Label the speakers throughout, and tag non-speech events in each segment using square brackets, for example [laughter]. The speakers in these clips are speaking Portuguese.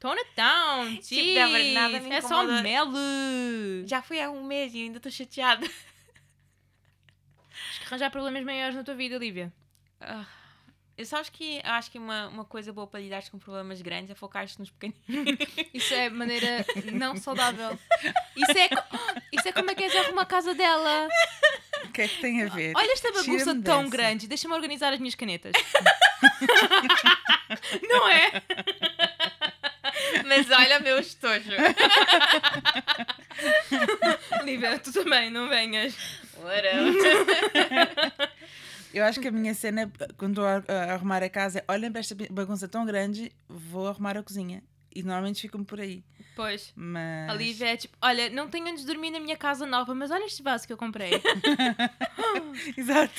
Speaker 1: Tone it down,
Speaker 2: Tipo, na verdade, nada me
Speaker 1: jeez, É só
Speaker 2: incomoda.
Speaker 1: melo.
Speaker 2: Já fui há um mês e ainda estou chateada.
Speaker 1: Tens que arranjar problemas maiores na tua vida, Lívia.
Speaker 2: Ah, Eu sabes que eu acho que uma, uma coisa boa para lidar com problemas grandes é focar-te nos pequeninos.
Speaker 1: Isso é maneira não saudável. Isso é, co- isso é como é que és arrumar a casa dela.
Speaker 3: O que é que tem a ver?
Speaker 1: Olha esta bagunça
Speaker 3: Tira-me
Speaker 1: tão
Speaker 3: dessa.
Speaker 1: grande, deixa-me organizar as minhas canetas. [laughs] não é?
Speaker 2: Mas olha meu estojo.
Speaker 1: [laughs] Lívia, tu também, não venhas.
Speaker 3: Eu acho que a minha cena, quando eu ar- a- arrumar a casa, é olha para esta bagunça tão grande, vou arrumar a cozinha. E normalmente fico-me por aí.
Speaker 1: Pois.
Speaker 3: Mas.
Speaker 1: A Lívia é tipo, olha, não tenho onde dormir na minha casa nova, mas olha este vaso que eu comprei.
Speaker 3: [laughs]
Speaker 2: [laughs]
Speaker 3: Exato.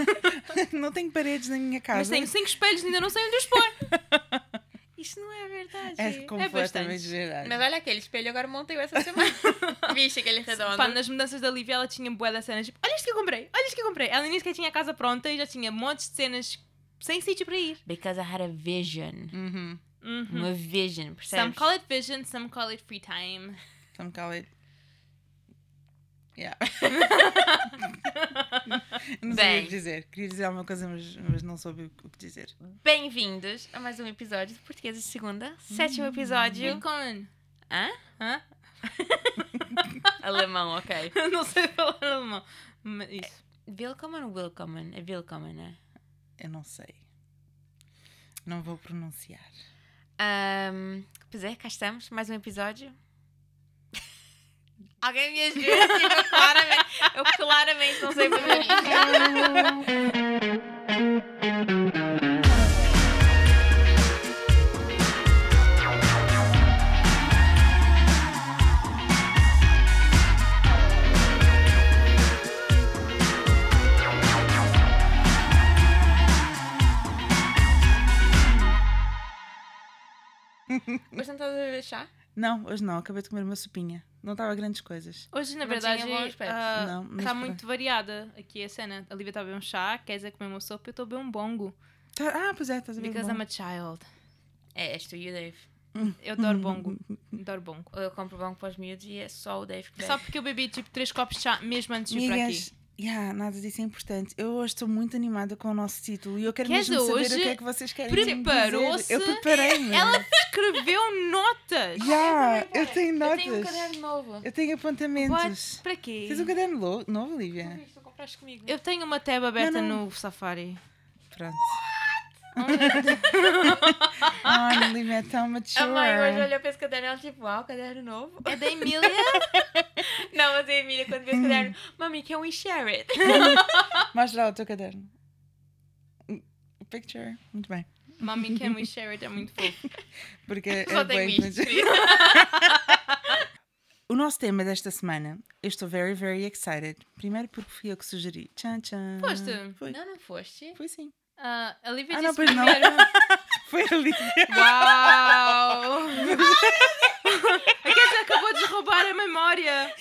Speaker 3: [laughs] Não tenho paredes na minha casa.
Speaker 1: mas tenho cinco espelhos e ainda não sei onde os pôr.
Speaker 2: Isto não é verdade.
Speaker 3: É completamente
Speaker 1: bastante.
Speaker 3: geral.
Speaker 2: Mas olha aquele espelho, agora montei essa [laughs] semana. Vixe, aquele redondo.
Speaker 1: Pá, nas mudanças da Lívia ela tinha bué da cenas, tipo, olha isto que eu comprei, olha isto que eu comprei. Ela nem sequer tinha a casa pronta e já tinha montes de cenas sem sítio para ir.
Speaker 2: Because I had a vision.
Speaker 3: Uhum.
Speaker 1: Uhum.
Speaker 2: Uma vision,
Speaker 1: Some
Speaker 2: percebes? Uhum.
Speaker 1: call it vision, some call it free time.
Speaker 3: Some call it. Então, Yeah. não sabia o
Speaker 2: Bem.
Speaker 3: que dizer. Queria dizer alguma coisa, mas, mas não soube o que dizer.
Speaker 2: Bem-vindos a mais um episódio de Português de Segunda. Sétimo episódio.
Speaker 1: Lincoln.
Speaker 2: Hã?
Speaker 1: Hã? [laughs]
Speaker 2: Alemão, ok.
Speaker 1: não sei falar alemão. Mas isso.
Speaker 2: Willkommen ou Willkommen? É Willkommen, né?
Speaker 3: Eu não sei. Não vou pronunciar.
Speaker 2: Ahm, pois é, cá estamos. Mais um episódio. [laughs] Alguém me ajuda? Eu claramente, eu claramente não sei fazer [laughs] isso. Hoje não estás a beber chá?
Speaker 3: Não, hoje não. Acabei de comer uma sopinha. Não estava grandes coisas.
Speaker 1: Hoje, na
Speaker 2: Não
Speaker 1: verdade,
Speaker 2: tinha bom aspecto.
Speaker 1: ah,
Speaker 3: Não, mas
Speaker 1: está
Speaker 3: pronto.
Speaker 1: muito variada aqui a cena. A Lívia está a beber um chá, quer dizer, comer uma sopa, eu estou a beber um bongo.
Speaker 3: Tá- ah, pois é, estás a ver.
Speaker 1: Because
Speaker 3: bom.
Speaker 1: I'm a child.
Speaker 2: É, és tu e o Dave.
Speaker 1: Eu adoro
Speaker 3: Uhum.
Speaker 1: bongo. Adoro bongo.
Speaker 2: Ou eu compro banco para os miúdos e é só o Dave que bebe.
Speaker 1: Só porque eu bebi tipo três copos de chá mesmo antes de ir para
Speaker 3: Amigas,
Speaker 1: aqui.
Speaker 3: yeah, nada disso é importante. Eu hoje estou muito animada com o nosso título e eu quero
Speaker 1: Quer
Speaker 3: mesmo
Speaker 1: dizer,
Speaker 3: saber
Speaker 1: hoje
Speaker 3: o que é que vocês querem
Speaker 1: preparou-se-
Speaker 3: dizer. Eu preparei-me.
Speaker 1: [laughs] Ela É escreveu notas!
Speaker 3: Yeah, eu tenho
Speaker 2: Eu
Speaker 3: notas.
Speaker 2: tenho um caderno novo.
Speaker 3: Eu tenho apontamentos.
Speaker 1: What? Para quê?
Speaker 3: Tens um caderno lo- novo, Lívia?
Speaker 2: Tu compraste comigo.
Speaker 1: Eu tenho uma tab aberta
Speaker 3: Não,
Speaker 1: no
Speaker 3: [laughs]
Speaker 1: Safari.
Speaker 3: Pronto. Ai, Lívia,
Speaker 1: [laughs]
Speaker 3: é tão mature.
Speaker 2: A mãe hoje olhou para esse caderno e ela tipo, uau, caderno novo.
Speaker 1: É
Speaker 2: [laughs]
Speaker 1: da Emília?
Speaker 2: Não, mas a Emília, quando vê esse
Speaker 3: [laughs]
Speaker 2: caderno, Mami, can we share it?
Speaker 1: é-
Speaker 3: Mostra lá o teu caderno. Picture. Muito bem.
Speaker 1: Mommy, can we share it? É muito fofo. [laughs]
Speaker 3: Porque
Speaker 2: Só
Speaker 3: é
Speaker 2: tem
Speaker 3: bem...
Speaker 2: isto.
Speaker 3: [laughs] O nosso tema desta semana, eu estou very, very excited. Primeiro porque fui eu que sugeri. Tchan, tchan.
Speaker 1: Foste?
Speaker 3: Foi.
Speaker 2: Não, não [laughs] foste.
Speaker 3: Foi sim.
Speaker 1: Ah, a Lívia
Speaker 3: Ah, não,
Speaker 1: disse
Speaker 3: pois não. [laughs]
Speaker 1: primeiro.
Speaker 3: Foi a Lívia.
Speaker 1: Uau! [laughs] A Cat acabou de roubar a memória.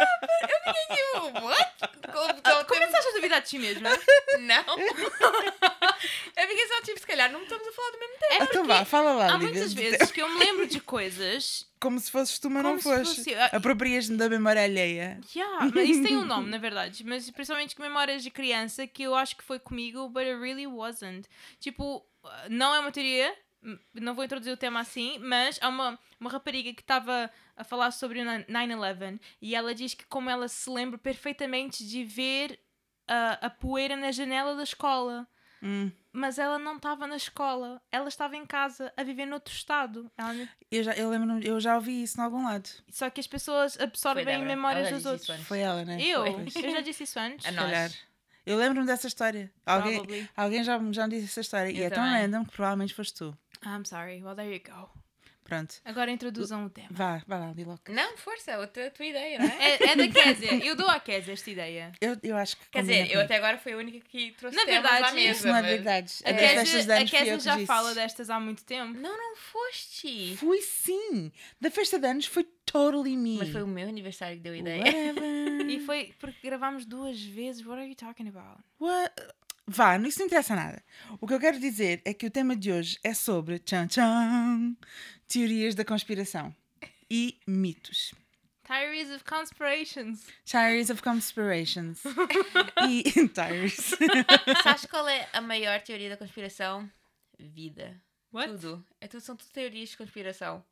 Speaker 2: You what? Como, como, é
Speaker 1: Começaste a duvidar de ti mesma.
Speaker 3: [laughs]
Speaker 2: Não. Eu fiquei só tipo, se calhar não estamos a falar do mesmo tempo.
Speaker 1: É
Speaker 3: então
Speaker 1: porque
Speaker 3: vá, fala lá,
Speaker 1: há
Speaker 3: Lívia.
Speaker 1: muitas vezes que eu me lembro de coisas.
Speaker 3: Como se fosses tu, mas
Speaker 1: Como
Speaker 3: não
Speaker 1: se
Speaker 3: foste.
Speaker 1: fosse eu. Ah,
Speaker 3: Aproprias-me da memória alheia.
Speaker 1: Yeah, mas isso tem um nome, na verdade. Mas principalmente que memórias de criança que eu acho que foi comigo, but it really wasn't. Tipo, não é uma teoria, m- não vou introduzir o tema assim, mas há uma, uma rapariga que estava a falar sobre o nine- 9-11 e ela diz que como ela se lembra perfeitamente de ver ah, a poeira na janela da escola.
Speaker 3: Hum.
Speaker 1: Mas ela não estava na escola, ela estava em casa, a viver noutro estado. Ela não-
Speaker 3: Eu já, eu, lembro, eu já ouvi isso em algum lado.
Speaker 1: Só que as pessoas
Speaker 2: Foi,
Speaker 1: absorvem
Speaker 2: Débora.
Speaker 1: memórias
Speaker 2: Ela
Speaker 1: dos
Speaker 2: disse
Speaker 1: outros.
Speaker 2: isso antes.
Speaker 3: Foi ela, né?
Speaker 1: Eu?
Speaker 3: Pois.
Speaker 2: [laughs]
Speaker 1: Eu já disse isso antes.
Speaker 2: A
Speaker 3: Se
Speaker 2: nós.
Speaker 3: calhar. Eu lembro-me dessa história. Alguém,
Speaker 1: Probably.
Speaker 3: alguém já, já me disse essa história. e
Speaker 2: Eu
Speaker 3: é tão
Speaker 2: também.
Speaker 3: random que provavelmente foste tu.
Speaker 1: I'm sorry. Well, there you go.
Speaker 3: Pronto.
Speaker 1: Agora introduzam o tema.
Speaker 3: Vá, vá lá, Liloc.
Speaker 2: Não, força, a tua, tua ideia, não é?
Speaker 1: É, é da Kézia. Eu dou à Kézia esta ideia.
Speaker 3: Eu, eu acho que.
Speaker 2: Quer
Speaker 3: combina
Speaker 2: dizer, eu
Speaker 3: comigo.
Speaker 2: até agora fui a única que trouxe
Speaker 1: Na
Speaker 2: temas à
Speaker 1: verdade,
Speaker 2: mesa,
Speaker 3: Isso não é
Speaker 2: mas-
Speaker 3: verdade.
Speaker 1: A
Speaker 3: É das festas de
Speaker 1: Kézia, a
Speaker 3: anos fui eu
Speaker 1: Kézia
Speaker 3: que
Speaker 1: já
Speaker 3: disse.
Speaker 1: fala destas há muito tempo.
Speaker 2: Não, não foste.
Speaker 3: Fui sim. Da festa de anos foi totally me.
Speaker 2: Mas foi o meu aniversário que deu a ideia.
Speaker 3: Whatever.
Speaker 1: E foi porque gravámos duas vezes. What are you talking about?
Speaker 3: What? Vá, isso não interessa nada. O que eu quero dizer é que o tema de hoje é sobre tchan tchan, teorias da conspiração e mitos.
Speaker 1: Theories of conspirations.
Speaker 3: Tires of
Speaker 1: [laughs]
Speaker 3: conspirations. e [laughs] tires.
Speaker 2: [laughs] Sabes qual é a maior teoria da conspiração? Vida.
Speaker 1: What?
Speaker 2: Tudo. É tudo, são tudo teorias de conspiração.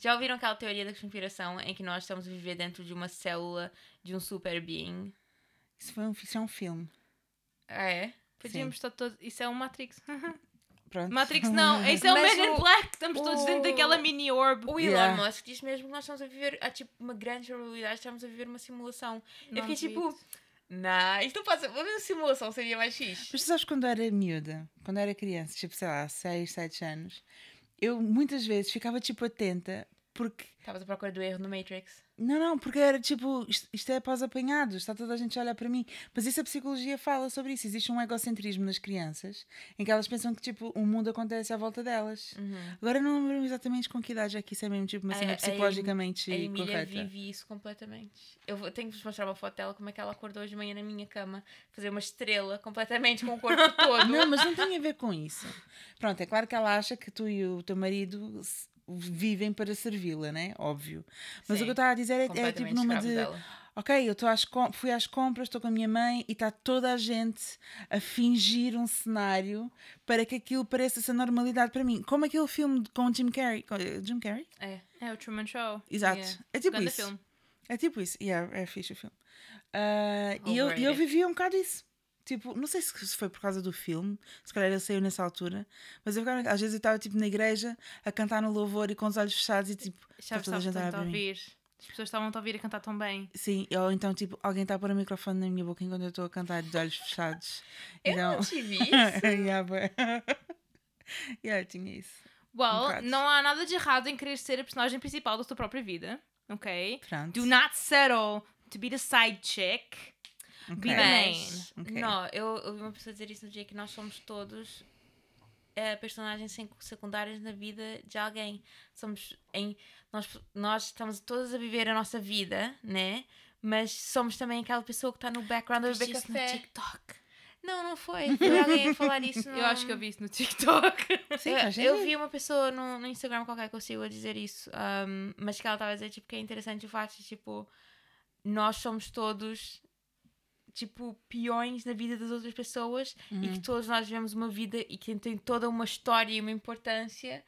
Speaker 2: Já ouviram aquela teoria da conspiração em que nós estamos a viver dentro de uma célula de um super being?
Speaker 3: Isso foi um, isso é um filme.
Speaker 2: Ah, é?
Speaker 1: Podíamos estar todos. Isso é um Matrix.
Speaker 3: Pronto.
Speaker 1: Matrix
Speaker 3: [laughs]
Speaker 1: não, isso é o
Speaker 2: Mas
Speaker 1: Men in
Speaker 2: o-
Speaker 1: Black. Estamos todos dentro
Speaker 2: o-
Speaker 1: daquela mini orb.
Speaker 2: O Elon
Speaker 3: Yeah.
Speaker 2: Musk diz mesmo que nós estamos a viver, há tipo uma grande probabilidade, de estamos a viver uma simulação.
Speaker 1: Não
Speaker 2: eu fiquei
Speaker 1: duvido.
Speaker 2: tipo, nah, isto não pode ser, uma simulação seria mais fixe.
Speaker 3: Mas tu sabes quando eu era miúda, quando eu era criança, tipo, sei lá, 6, 7 anos, eu muitas vezes ficava tipo atenta porque.
Speaker 2: Estavas à procura do erro no Matrix.
Speaker 3: Não, não, porque era tipo, isto, isto é para os apanhados, está toda a gente a olhar para mim. Mas isso a psicologia fala sobre isso. Existe um egocentrismo nas crianças em que elas pensam que tipo, o mundo acontece à volta delas.
Speaker 2: Uhum.
Speaker 3: Agora eu não lembro exatamente com que idade é que isso é mesmo tipo uma
Speaker 2: A-
Speaker 3: cena
Speaker 2: a Em-
Speaker 3: psicologicamente
Speaker 2: A Emília
Speaker 3: correta.
Speaker 2: vive isso completamente. Eu vou- tenho que vos mostrar uma foto dela, como é que ela acordou hoje de manhã na minha cama, fazer uma estrela completamente com o corpo [laughs] todo.
Speaker 3: Não, mas não tem a ver com isso. Pronto, é claro que ela acha que tu e o teu marido se- vivem para servi-la, né? Óbvio. Mas o que eu
Speaker 2: Sim,
Speaker 3: estava a dizer é- é, tipo
Speaker 2: completamente
Speaker 3: numa
Speaker 2: escravo
Speaker 3: de.
Speaker 2: dela.
Speaker 3: Ok, eu tô às com- fui às compras, estou com a minha mãe e está toda a gente a fingir um cenário para que aquilo pareça ser normalidade para mim. Como aquele filme de- com o Jim Carrey. com- eh, Jim Carrey?
Speaker 2: É.
Speaker 1: É o Truman Show.
Speaker 3: Exato.
Speaker 2: Yeah.
Speaker 3: É tipo
Speaker 1: Ganda
Speaker 3: isso.
Speaker 1: filme.
Speaker 3: É tipo isso. Yeah, é fixe o filme. Ah, e eu, e eu
Speaker 2: Overrated.
Speaker 3: vivia um bocado isso. Tipo, não sei se se foi por causa do filme, se calhar ele saiu nessa altura, mas eu ficava, às vezes eu estava tipo na igreja a cantar no louvor e com os olhos fechados e tipo,
Speaker 1: Já
Speaker 3: Tá toda a
Speaker 1: estava
Speaker 3: gente a olhar
Speaker 1: tanto a
Speaker 3: para mim.
Speaker 1: ouvir. As pessoas estavam a ouvir a cantar tão bem.
Speaker 3: sim, ou então tipo, alguém está a pôr o microfone na minha boca enquanto eu estou a cantar de olhos fechados.
Speaker 2: [laughs] Eu
Speaker 3: Então- [laughs]
Speaker 2: não te vi.
Speaker 3: yeah, bué. [laughs] yeah, eu tinha isso.
Speaker 1: Well,
Speaker 3: bocado.
Speaker 1: não há nada de errado em querer ser a personagem principal da tua própria vida, ok?
Speaker 3: Pronto.
Speaker 1: Do not settle to be the side chick.
Speaker 3: Ok.
Speaker 1: be nice.
Speaker 2: Mas,
Speaker 3: Ok.
Speaker 2: não, eu ouvi uma pessoa dizer isso no dia que nós somos todos eh, personagens sem- secundárias na vida de alguém. Somos em. Nós, nós estamos todos a viver a nossa vida, né? Mas somos também aquela pessoa que está no background a beber
Speaker 1: Viste isso no
Speaker 2: café.
Speaker 1: TikTok.
Speaker 2: Não, não [laughs] foi. Foi alguém a falar isso.
Speaker 1: Eu acho que eu vi isso no [laughs] TikTok.
Speaker 3: Sim,
Speaker 2: eu,
Speaker 3: faz
Speaker 2: eu
Speaker 3: sentido.
Speaker 2: vi uma pessoa no, no Instagram qualquer que eu sigo a dizer isso, ahm, mas que ela estava a dizer tipo, que é interessante o facto de tipo, nós somos todos tipo peões na vida das outras pessoas e
Speaker 3: Hum, Uhum.
Speaker 2: que todos nós vivemos uma vida e que tem toda uma história e uma importância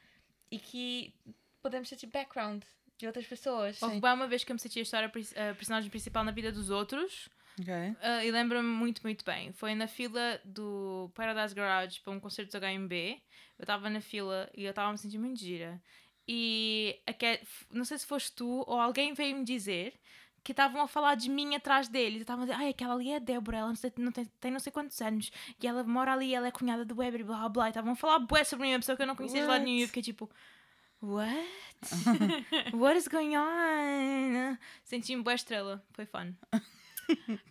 Speaker 2: e que podemos ter tipo background de outras pessoas.
Speaker 3: Oh,
Speaker 1: Houve bem uma vez que eu me senti a história prin- a personagem principal na vida dos outros.
Speaker 3: Ok.
Speaker 1: Ah, e lembro-me muito, muito bem. Foi na fila do Paradise Garage para um concerto do HMB. Eu estava na fila e eu estava a me sentindo muito gira. E a Cat- não sei se foste tu ou alguém veio me dizer que estavam a falar de mim atrás deles. Estavam a dizer, ai, aquela ali é a Débora, ela não sei- não tem, tem não sei quantos anos e ela mora ali, ela é cunhada do Weber e blá blá blá. E estavam a falar bué sobre mim, uma pessoa que eu não conhecia de lado
Speaker 3: What?
Speaker 1: nenhum. E eu fiquei tipo, what? What is going on? Senti-me boa estrela. Foi [laughs] fun.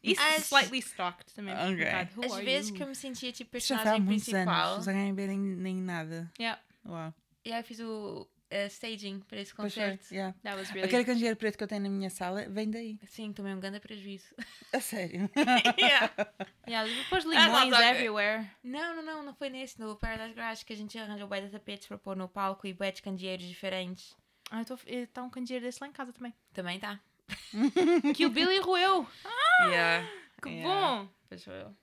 Speaker 1: E
Speaker 2: As-
Speaker 1: slightly stalked também. um
Speaker 3: Ok.
Speaker 1: bocado. Who
Speaker 2: Às
Speaker 1: are
Speaker 2: vezes
Speaker 1: you?
Speaker 2: que eu me sentia tipo
Speaker 3: uh. Isso Já foi há
Speaker 2: personagem
Speaker 3: muitos
Speaker 2: principal.
Speaker 3: anos. Os HMB nem, nem nada.
Speaker 1: Yeah,
Speaker 3: Uau.
Speaker 2: E aí eu fiz o eh, staging para esse
Speaker 3: Pois foi,
Speaker 2: concerto.
Speaker 3: yeah.
Speaker 1: that was really...
Speaker 3: Aquele candeeiro preto que eu tenho na minha sala vem daí.
Speaker 2: Sim, tomei um grande
Speaker 3: [laughs]
Speaker 2: prejuízo. [laughs]
Speaker 3: A sério.
Speaker 2: Yeah.
Speaker 1: Yeah, depois
Speaker 2: Ah,
Speaker 1: limões
Speaker 2: não, tá ok.
Speaker 1: everywhere.
Speaker 2: Não, não, não, não foi nesse, no Paradise Garage que a gente arranjou bué de tapetes para pôr no palco e bué de candeeiros diferentes.
Speaker 1: Ah, está um candeeiro desse lá em casa [laughs] também.
Speaker 2: Também tá.
Speaker 1: Que o Billy roeu.
Speaker 2: Yeah.
Speaker 1: Que
Speaker 3: Yeah.
Speaker 1: bom.
Speaker 2: ah, Pois foi eu.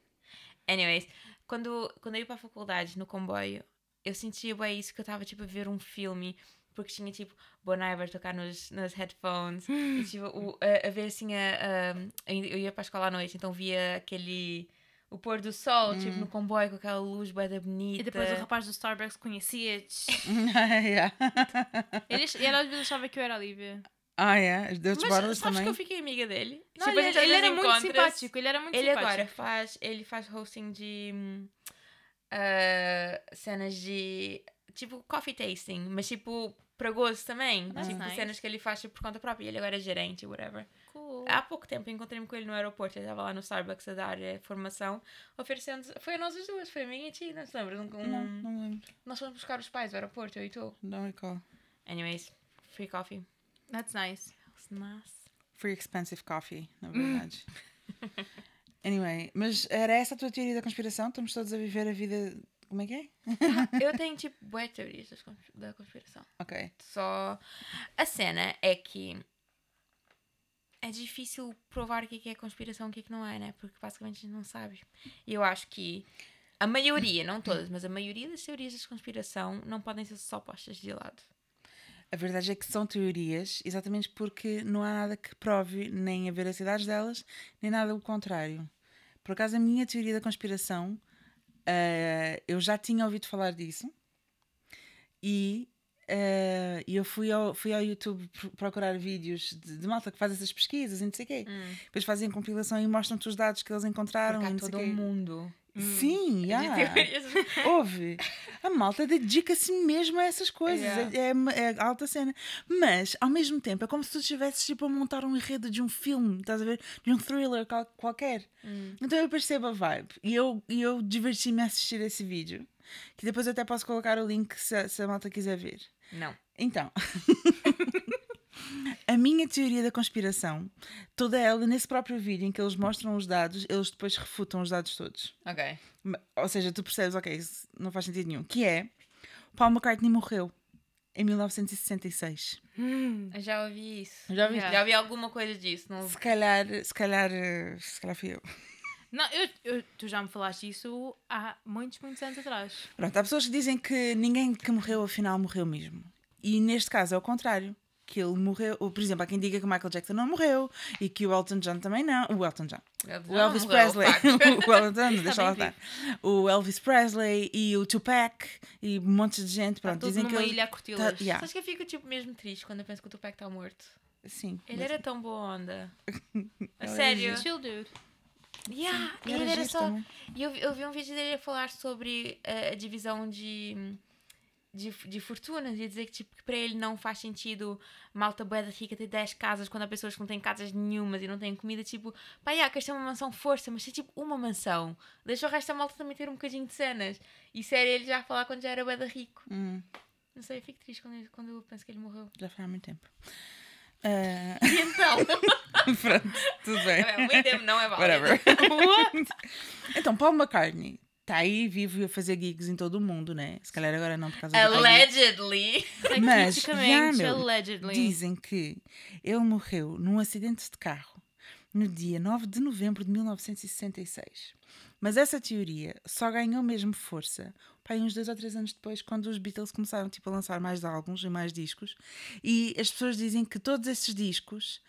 Speaker 2: Anyways, quando, quando eu ia pra faculdade no comboio, eu sentia bué isso que eu tava, tipo, a ver um filme, porque tinha, tipo, Bon Iver tocar nos, nos headphones, e, [gasps] tipo, o- a, a ver, assim, a, a- eu ia pra escola à noite, então via aquele... O pôr do sol, tipo, no comboio, com aquela luz bué da bonita.
Speaker 1: E depois o rapaz do Starbucks conhecia-te. [laughs]
Speaker 3: Ah, yeah.
Speaker 1: Ele, ach- ele às vezes achava que eu era a Lívia.
Speaker 3: Ah, é? Os Dutch
Speaker 2: Mas
Speaker 3: Bottles
Speaker 2: sabes
Speaker 3: também.
Speaker 2: que eu fiquei amiga dele?
Speaker 1: Não,
Speaker 2: Tipo,
Speaker 1: ele,
Speaker 2: a
Speaker 1: é-
Speaker 2: gente às
Speaker 1: ele
Speaker 2: vezes
Speaker 1: era muito
Speaker 2: encontra-se.
Speaker 1: simpático. Ele era muito
Speaker 2: Ele
Speaker 1: simpático.
Speaker 2: agora faz, ele faz hosting de hum, ah, cenas de tipo coffee tasting, mas tipo para gozo também,
Speaker 1: That's
Speaker 2: tipo
Speaker 1: nice.
Speaker 2: cenas que ele faz tipo, por conta própria. Ele agora é gerente, whatever.
Speaker 1: Cool.
Speaker 2: Há pouco tempo eu encontrei-me com ele no aeroporto, ele estava lá no Starbucks a dar eh, formação, oferecendo, foi a nós as duas, foi a minha e a ti, não se lembra? Um- um-
Speaker 3: Não, não lembro.
Speaker 2: Nós fomos buscar os pais do aeroporto, eu e tu.
Speaker 3: Não recall.
Speaker 2: Anyways, free coffee.
Speaker 1: That's nice.
Speaker 2: Nossa. [laughs]
Speaker 3: Free expensive coffee, na verdade. Anyway, mas era essa a tua teoria da conspiração? Estamos todos a viver a vida. Como é que é?
Speaker 2: Eu tenho, tipo, boas teorias das cons- da conspiração.
Speaker 3: Ok.
Speaker 2: Só. A cena é que. É difícil provar o que é que é conspiração e o que é que não é, né? Porque basicamente a gente não sabe. E eu acho que a maioria, não todas, mas a maioria das teorias de conspiração não podem ser só postas de lado.
Speaker 3: A verdade é que são teorias, exatamente porque não há nada que prove nem a veracidade delas, nem nada o contrário. Por acaso, a minha teoria da conspiração, eh, eu já tinha ouvido falar disso e eh, eu fui ao, fui ao YouTube pro- procurar vídeos de, de malta que faz essas pesquisas e não sei o quê. Depois fazem compilação e mostram-te os dados que eles encontraram
Speaker 2: Hum. Porque há
Speaker 3: e não sei o
Speaker 2: todo
Speaker 3: quê.
Speaker 2: um mundo
Speaker 3: Sim, yeah.
Speaker 2: de teorias.
Speaker 3: Ouve, a malta dedica-se assim mesmo a essas coisas,
Speaker 2: Yeah.
Speaker 3: é, é- é alta cena. Mas, ao mesmo tempo, é como se tu estivesses tipo, a montar um enredo de um filme, estás a ver? De um thriller qual- qualquer. Então eu percebo a vibe e eu, e eu diverti-me a assistir esse vídeo, que depois eu até posso colocar o link se, a- se a malta quiser ver.
Speaker 2: Não.
Speaker 3: Então, [laughs] a minha teoria da conspiração, toda ela, nesse próprio vídeo em que eles mostram os dados, eles depois refutam os dados todos.
Speaker 2: Ok.
Speaker 3: Ma- Ou seja, tu percebes, ok, isso não faz sentido nenhum. Que é, Paul McCartney morreu em 1966.
Speaker 2: Eu já ouvi isso.
Speaker 3: Já ouvi?
Speaker 2: Já ouvi alguma coisa disso. Não...
Speaker 3: Se calhar, se calhar, eh, se calhar fui eu.
Speaker 1: [laughs] Não, eu, eu- tu já me falaste isso há muitos, muitos anos atrás. Tá
Speaker 3: Pronto, há pessoas que dizem que ninguém que morreu afinal morreu mesmo. E neste caso é o contrário. Que ele morreu, ou, por exemplo, há quem diga que o Michael Jackson não morreu e que o Elton John também não. O Elton John. O Elvis
Speaker 2: é
Speaker 3: Presley. [laughs] o Elton, deixa lá estar. O Elvis Presley e o Tupac e um monte de gente.
Speaker 1: Está
Speaker 3: Pronto,
Speaker 1: todo
Speaker 3: dizem
Speaker 1: numa
Speaker 3: que. ele-
Speaker 1: ilha a curti-las.
Speaker 3: tá- yeah.
Speaker 2: Acho que eu fico tipo mesmo triste quando eu penso que o Tupac tá morto.
Speaker 3: Sim.
Speaker 2: Ele era tão boa
Speaker 3: [laughs]
Speaker 2: onda. A
Speaker 3: Ele era
Speaker 2: sério.
Speaker 1: Chill, dude.
Speaker 2: Yeah,
Speaker 3: Ele
Speaker 2: ele
Speaker 3: era
Speaker 2: era
Speaker 3: giro
Speaker 2: só.
Speaker 3: também.
Speaker 2: E eu, vi- eu vi um vídeo dele a falar sobre eh, a divisão de, de, de fortunas e dizer que, tipo, que para ele não faz sentido malta boeda rica ter 10 casas quando há pessoas que não têm casas nenhumas e não têm comida. Tipo, pá, yeah, queres ter uma mansão, força, mas tem tipo uma mansão. Deixa o resto da malta também ter um bocadinho de cenas. E sério, ele já a falar quando já era boeda rico.
Speaker 3: Hum.
Speaker 2: Não sei, eu fico triste quando, eu- quando eu penso que ele morreu.
Speaker 3: Já foi há muito tempo. [laughs] Ah,
Speaker 2: E [laughs] então,
Speaker 3: pronto, tudo bem.
Speaker 2: we them, não é válido.
Speaker 3: Whatever. então, Paul McCartney está aí vivo e a fazer gigs em todo o mundo, né? Se calhar agora não por causa da
Speaker 2: é
Speaker 3: pandemia.
Speaker 2: Allegedly.
Speaker 3: Mas,
Speaker 1: Tecnicamente,
Speaker 3: já, Ah, meu,
Speaker 1: allegedly.
Speaker 3: Dizem que ele morreu num acidente de carro no dia 9 de novembro de 1966. Mas essa teoria só ganhou mesmo força pá, uns dois ou três anos depois, quando os Beatles começaram tipo, a lançar mais álbuns e mais discos. E as pessoas dizem que todos esses discos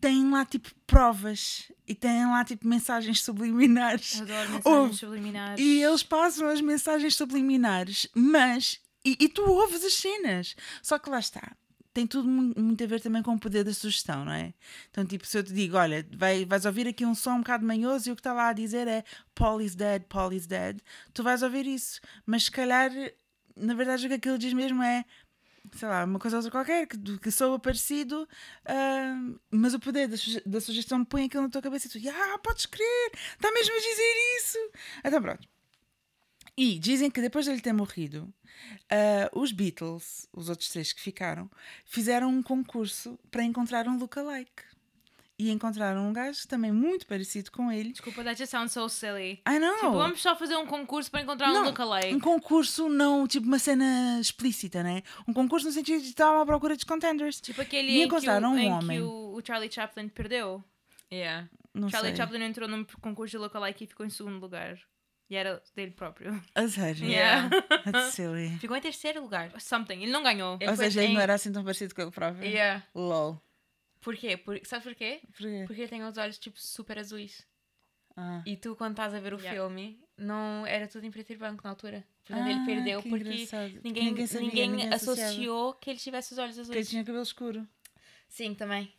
Speaker 3: têm lá tipo provas e têm lá tipo mensagens [laughs] subliminares.
Speaker 1: Eu Adoro mensagens
Speaker 3: Ouve.
Speaker 1: subliminares.
Speaker 3: E eles passam as mensagens subliminares, mas. E, e tu ouves as cenas. Só que lá está. Tem tudo mu- muito a ver também com o poder da sugestão, não é? Então, tipo, se eu te digo, olha, vai, vais ouvir aqui um som um bocado manhoso e o que está lá a dizer é Paul is dead, Paul is dead, tu vais ouvir isso. Mas se calhar, na verdade, o que aquilo diz mesmo é, sei lá, uma coisa ou outra qualquer, que, do- que soa parecido, ahm, mas o poder da, suge- da sugestão põe aquilo na tua cabeça e tu, ah, podes crer, está mesmo a dizer isso. Então, pronto. E dizem que depois dele ter morrido, ah, os Beatles, os outros três que ficaram, fizeram um concurso para encontrar um lookalike. E encontraram um gajo também muito parecido com ele.
Speaker 1: Desculpa, that just sounds so silly.
Speaker 3: Ah, não!
Speaker 1: Tipo, vamos só fazer um concurso para encontrar um
Speaker 3: Não,
Speaker 1: lookalike.
Speaker 3: Um concurso, não tipo uma cena explícita, né? Um concurso no sentido de estar à procura dos contenders.
Speaker 1: Tipo aquele
Speaker 3: E
Speaker 1: em que, o,
Speaker 3: encontraram um
Speaker 1: em que
Speaker 3: homem.
Speaker 1: o- o Charlie Chaplin perdeu.
Speaker 2: Yeah.
Speaker 3: Não
Speaker 1: Charlie
Speaker 3: sei.
Speaker 1: Chaplin entrou num concurso de lookalike e ficou em segundo lugar. E era dele próprio.
Speaker 3: A sério.
Speaker 1: Yeah.
Speaker 3: That's [laughs] silly.
Speaker 2: Ficou em terceiro lugar.
Speaker 1: Something. Ele não ganhou.
Speaker 2: Ele é-
Speaker 3: Ou
Speaker 2: foi
Speaker 3: seja, ele
Speaker 2: em-
Speaker 3: não era assim tão parecido com ele próprio.
Speaker 2: Yeah.
Speaker 3: LOL.
Speaker 2: Por quê? Por... Sabe por quê?
Speaker 3: Porquê?
Speaker 2: Porque ele tem os olhos, tipo, super azuis.
Speaker 3: Ah.
Speaker 2: E tu, quando estás a ver o
Speaker 1: Yeah.
Speaker 2: filme, não era tudo em preto e branco na altura. Portanto, ele
Speaker 3: Ah,
Speaker 2: perdeu
Speaker 3: que
Speaker 2: porque
Speaker 3: engraçado.
Speaker 2: ninguém, ninguém,
Speaker 3: sabia, ninguém associava.
Speaker 2: associou que ele tivesse os olhos
Speaker 3: Porque ele
Speaker 2: azuis.
Speaker 3: tinha cabelo escuro.
Speaker 2: Sim, também.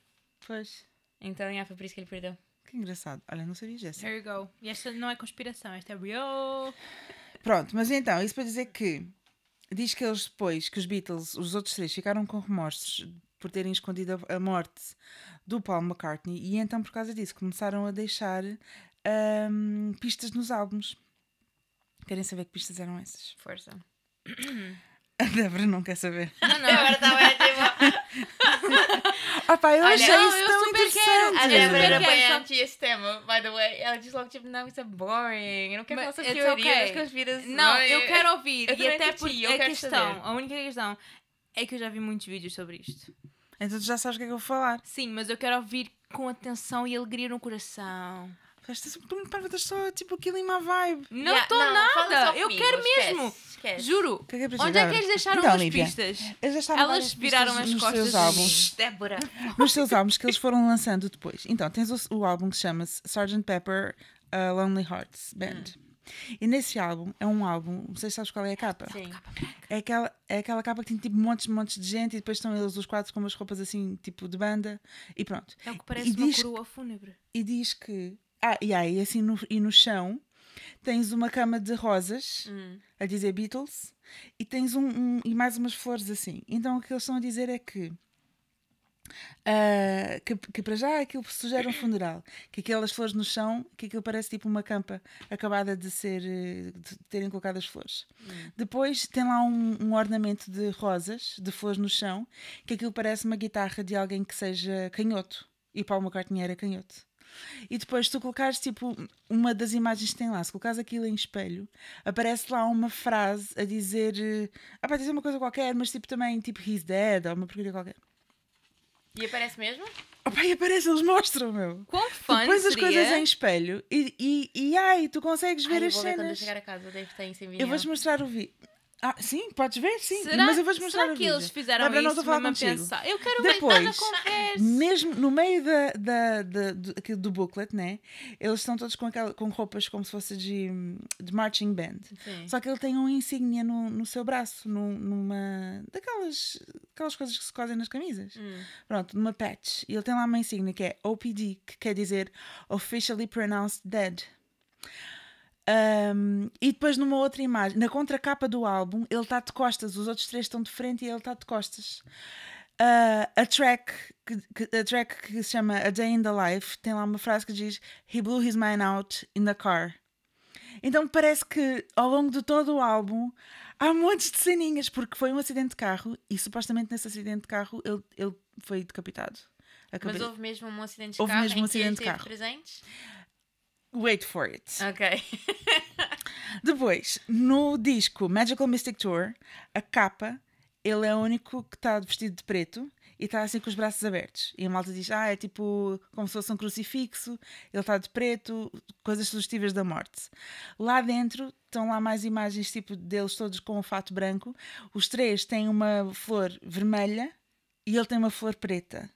Speaker 3: Pois.
Speaker 2: Então, yeah, foi por isso que ele perdeu.
Speaker 3: Que engraçado. Olha, não sabia
Speaker 2: É.
Speaker 3: dessa.
Speaker 1: There you go. E esta não é conspiração, esta é real.
Speaker 3: Pronto, mas então, isso para dizer que diz que eles depois, que os Beatles, os outros três, ficaram com remorsos por terem escondido a- a morte do Paul McCartney e então, por causa disso, começaram a deixar ahm, pistas nos álbuns. Querem saber que pistas eram essas? [laughs]
Speaker 2: Força.
Speaker 3: A Débora Ah, não quer saber.
Speaker 2: tá
Speaker 1: Não, não.
Speaker 3: [laughs]
Speaker 2: estava tipo...
Speaker 3: Ah pá, eu
Speaker 2: Olha,
Speaker 3: achei
Speaker 2: não,
Speaker 3: isso
Speaker 1: eu
Speaker 3: tão
Speaker 1: super quero.
Speaker 3: interessante.
Speaker 2: A
Speaker 1: Sim.
Speaker 2: Débora
Speaker 1: Porque-
Speaker 2: quando discutia esse tema, by the way, tá ela diz logo tipo, não, isso é boring, eu não quero
Speaker 1: Mas
Speaker 2: falar sobre
Speaker 1: it's
Speaker 2: teorias,
Speaker 1: okay.
Speaker 2: conspirações.
Speaker 1: Não, eu quero ouvir.
Speaker 2: eu
Speaker 1: e
Speaker 2: também
Speaker 1: até
Speaker 2: curti,
Speaker 1: porque é
Speaker 2: eu
Speaker 1: a
Speaker 2: quero
Speaker 1: questão,
Speaker 2: saber.
Speaker 1: a única questão é que eu já vi muitos vídeos sobre isto.
Speaker 3: Então tu já sabes o que é que eu vou falar.
Speaker 1: Sim, mas eu quero ouvir com atenção e alegria no coração.
Speaker 3: Estás me perguntas só tipo aquilo em má vibe.
Speaker 1: Não
Speaker 2: Yeah,
Speaker 1: estou
Speaker 2: fala
Speaker 1: nada.
Speaker 2: só
Speaker 1: Eu
Speaker 2: comigo,
Speaker 1: quero
Speaker 2: esquece,
Speaker 1: mesmo.
Speaker 2: esquece.
Speaker 1: Juro.
Speaker 3: O que é que é preciso
Speaker 1: Onde é que
Speaker 3: agora?
Speaker 1: eles deixaram
Speaker 3: Então,
Speaker 1: as
Speaker 3: Lívia,
Speaker 1: pistas?
Speaker 3: Eles deixaram várias
Speaker 1: Elas viraram
Speaker 3: pistas
Speaker 1: as
Speaker 3: nos
Speaker 1: costas.
Speaker 3: seus álbuns.
Speaker 1: [laughs] Sim.
Speaker 2: Débora.
Speaker 3: nos seus álbuns que eles foram lançando depois. Então, tens o, o álbum que chama-se Sgt. Pepper uh, Lonely Hearts Band.
Speaker 1: Hum.
Speaker 3: E nesse álbum, é um álbum, não sei se sabes qual é a capa.
Speaker 2: Sim.
Speaker 3: É aquela, é aquela capa que tem tipo montes, montes de gente e depois estão eles os quatro com umas roupas assim, tipo de banda. E pronto.
Speaker 1: É o que
Speaker 3: E
Speaker 1: parece uma
Speaker 3: diz-
Speaker 1: coroa fúnebre.
Speaker 3: E diz que. Ah, e aí, assim, no, e no chão tens uma cama de rosas a dizer Beatles e tens um, um- e mais umas flores assim. Então o que eles estão a dizer é que ah, que, que para já aquilo sugere um funeral, que aquelas flores no chão, que aquilo parece tipo uma campa acabada de ser eh, de terem colocado as flores. Depois tem lá um, um ornamento de rosas, de flores no chão, que aquilo parece uma guitarra de alguém que seja canhoto. E Paul McCartney era canhoto. E depois tu colocares tipo uma das imagens que tem lá, se colocares aquilo em espelho, aparece lá uma frase a dizer, eh, ah pá, dizer uma coisa qualquer, mas tipo também tipo he's dead ou uma porcaria qualquer.
Speaker 2: E aparece mesmo?
Speaker 3: Ah pá, e aparece, eles mostram, meu.
Speaker 1: Quão
Speaker 3: Tu
Speaker 1: fã
Speaker 3: pões as
Speaker 1: seria?
Speaker 3: coisas em espelho e, e, e ai, tu consegues ver
Speaker 2: Ai, eu
Speaker 3: as
Speaker 2: vou ver quando eu
Speaker 3: cenas.
Speaker 2: chegar a casa, deve estar em sem
Speaker 3: Eu
Speaker 2: vinil.
Speaker 3: vou-te mostrar o vídeo. Ah, sim, podes ver, sim.
Speaker 1: Será,
Speaker 3: mas eu vou-te mostrar
Speaker 1: será
Speaker 3: o
Speaker 1: que
Speaker 3: vídeo.
Speaker 1: eles fizeram
Speaker 3: Bárbara, não
Speaker 1: isso
Speaker 3: estou a falar
Speaker 1: mesmo a
Speaker 3: contigo.
Speaker 1: pensar? Eu quero
Speaker 3: Depois,
Speaker 1: estar na conversa.
Speaker 3: Mesmo no meio da, da, da- do, aquilo do booklet, né? Eles estão todos com, aquela, com roupas como se fosse de, de marching band.
Speaker 2: Sim.
Speaker 3: Só que ele tem uma insígnia no, no seu braço, num- numa. daquelas aquelas coisas que se cosem nas camisas. Pronto, numa patch. E ele tem lá uma insígnia que é OPD, que quer dizer Officially Pronounced Dead. Um, e depois numa outra imagem, na contracapa do álbum, ele está de costas, os outros três estão de frente e ele está de costas. Uh, a, track que, que- a track que se chama A Day in the Life tem lá uma frase que diz He blew his mind out in the car. Então parece que ao longo de todo o álbum há montes de ceninhas, porque foi um acidente de carro e supostamente nesse acidente de carro ele, ele foi decapitado.
Speaker 2: Mas
Speaker 3: Acabei...
Speaker 2: houve mesmo um acidente de
Speaker 3: Houve
Speaker 2: carro
Speaker 3: mesmo
Speaker 2: em
Speaker 3: um
Speaker 2: que ele
Speaker 3: acidente de
Speaker 2: esteve
Speaker 3: carro.
Speaker 2: presente?
Speaker 3: Wait for it.
Speaker 2: Ok.
Speaker 3: Depois, no disco Magical Mystic Tour, a capa, ele é o único que está vestido de preto e está assim com os braços abertos. E a malta diz: Ah, é tipo como se fosse um crucifixo, ele está de preto, coisas sugestivas da morte. Lá dentro estão lá mais imagens tipo deles todos com o fato branco. Os três têm uma flor vermelha e ele tem uma flor preta,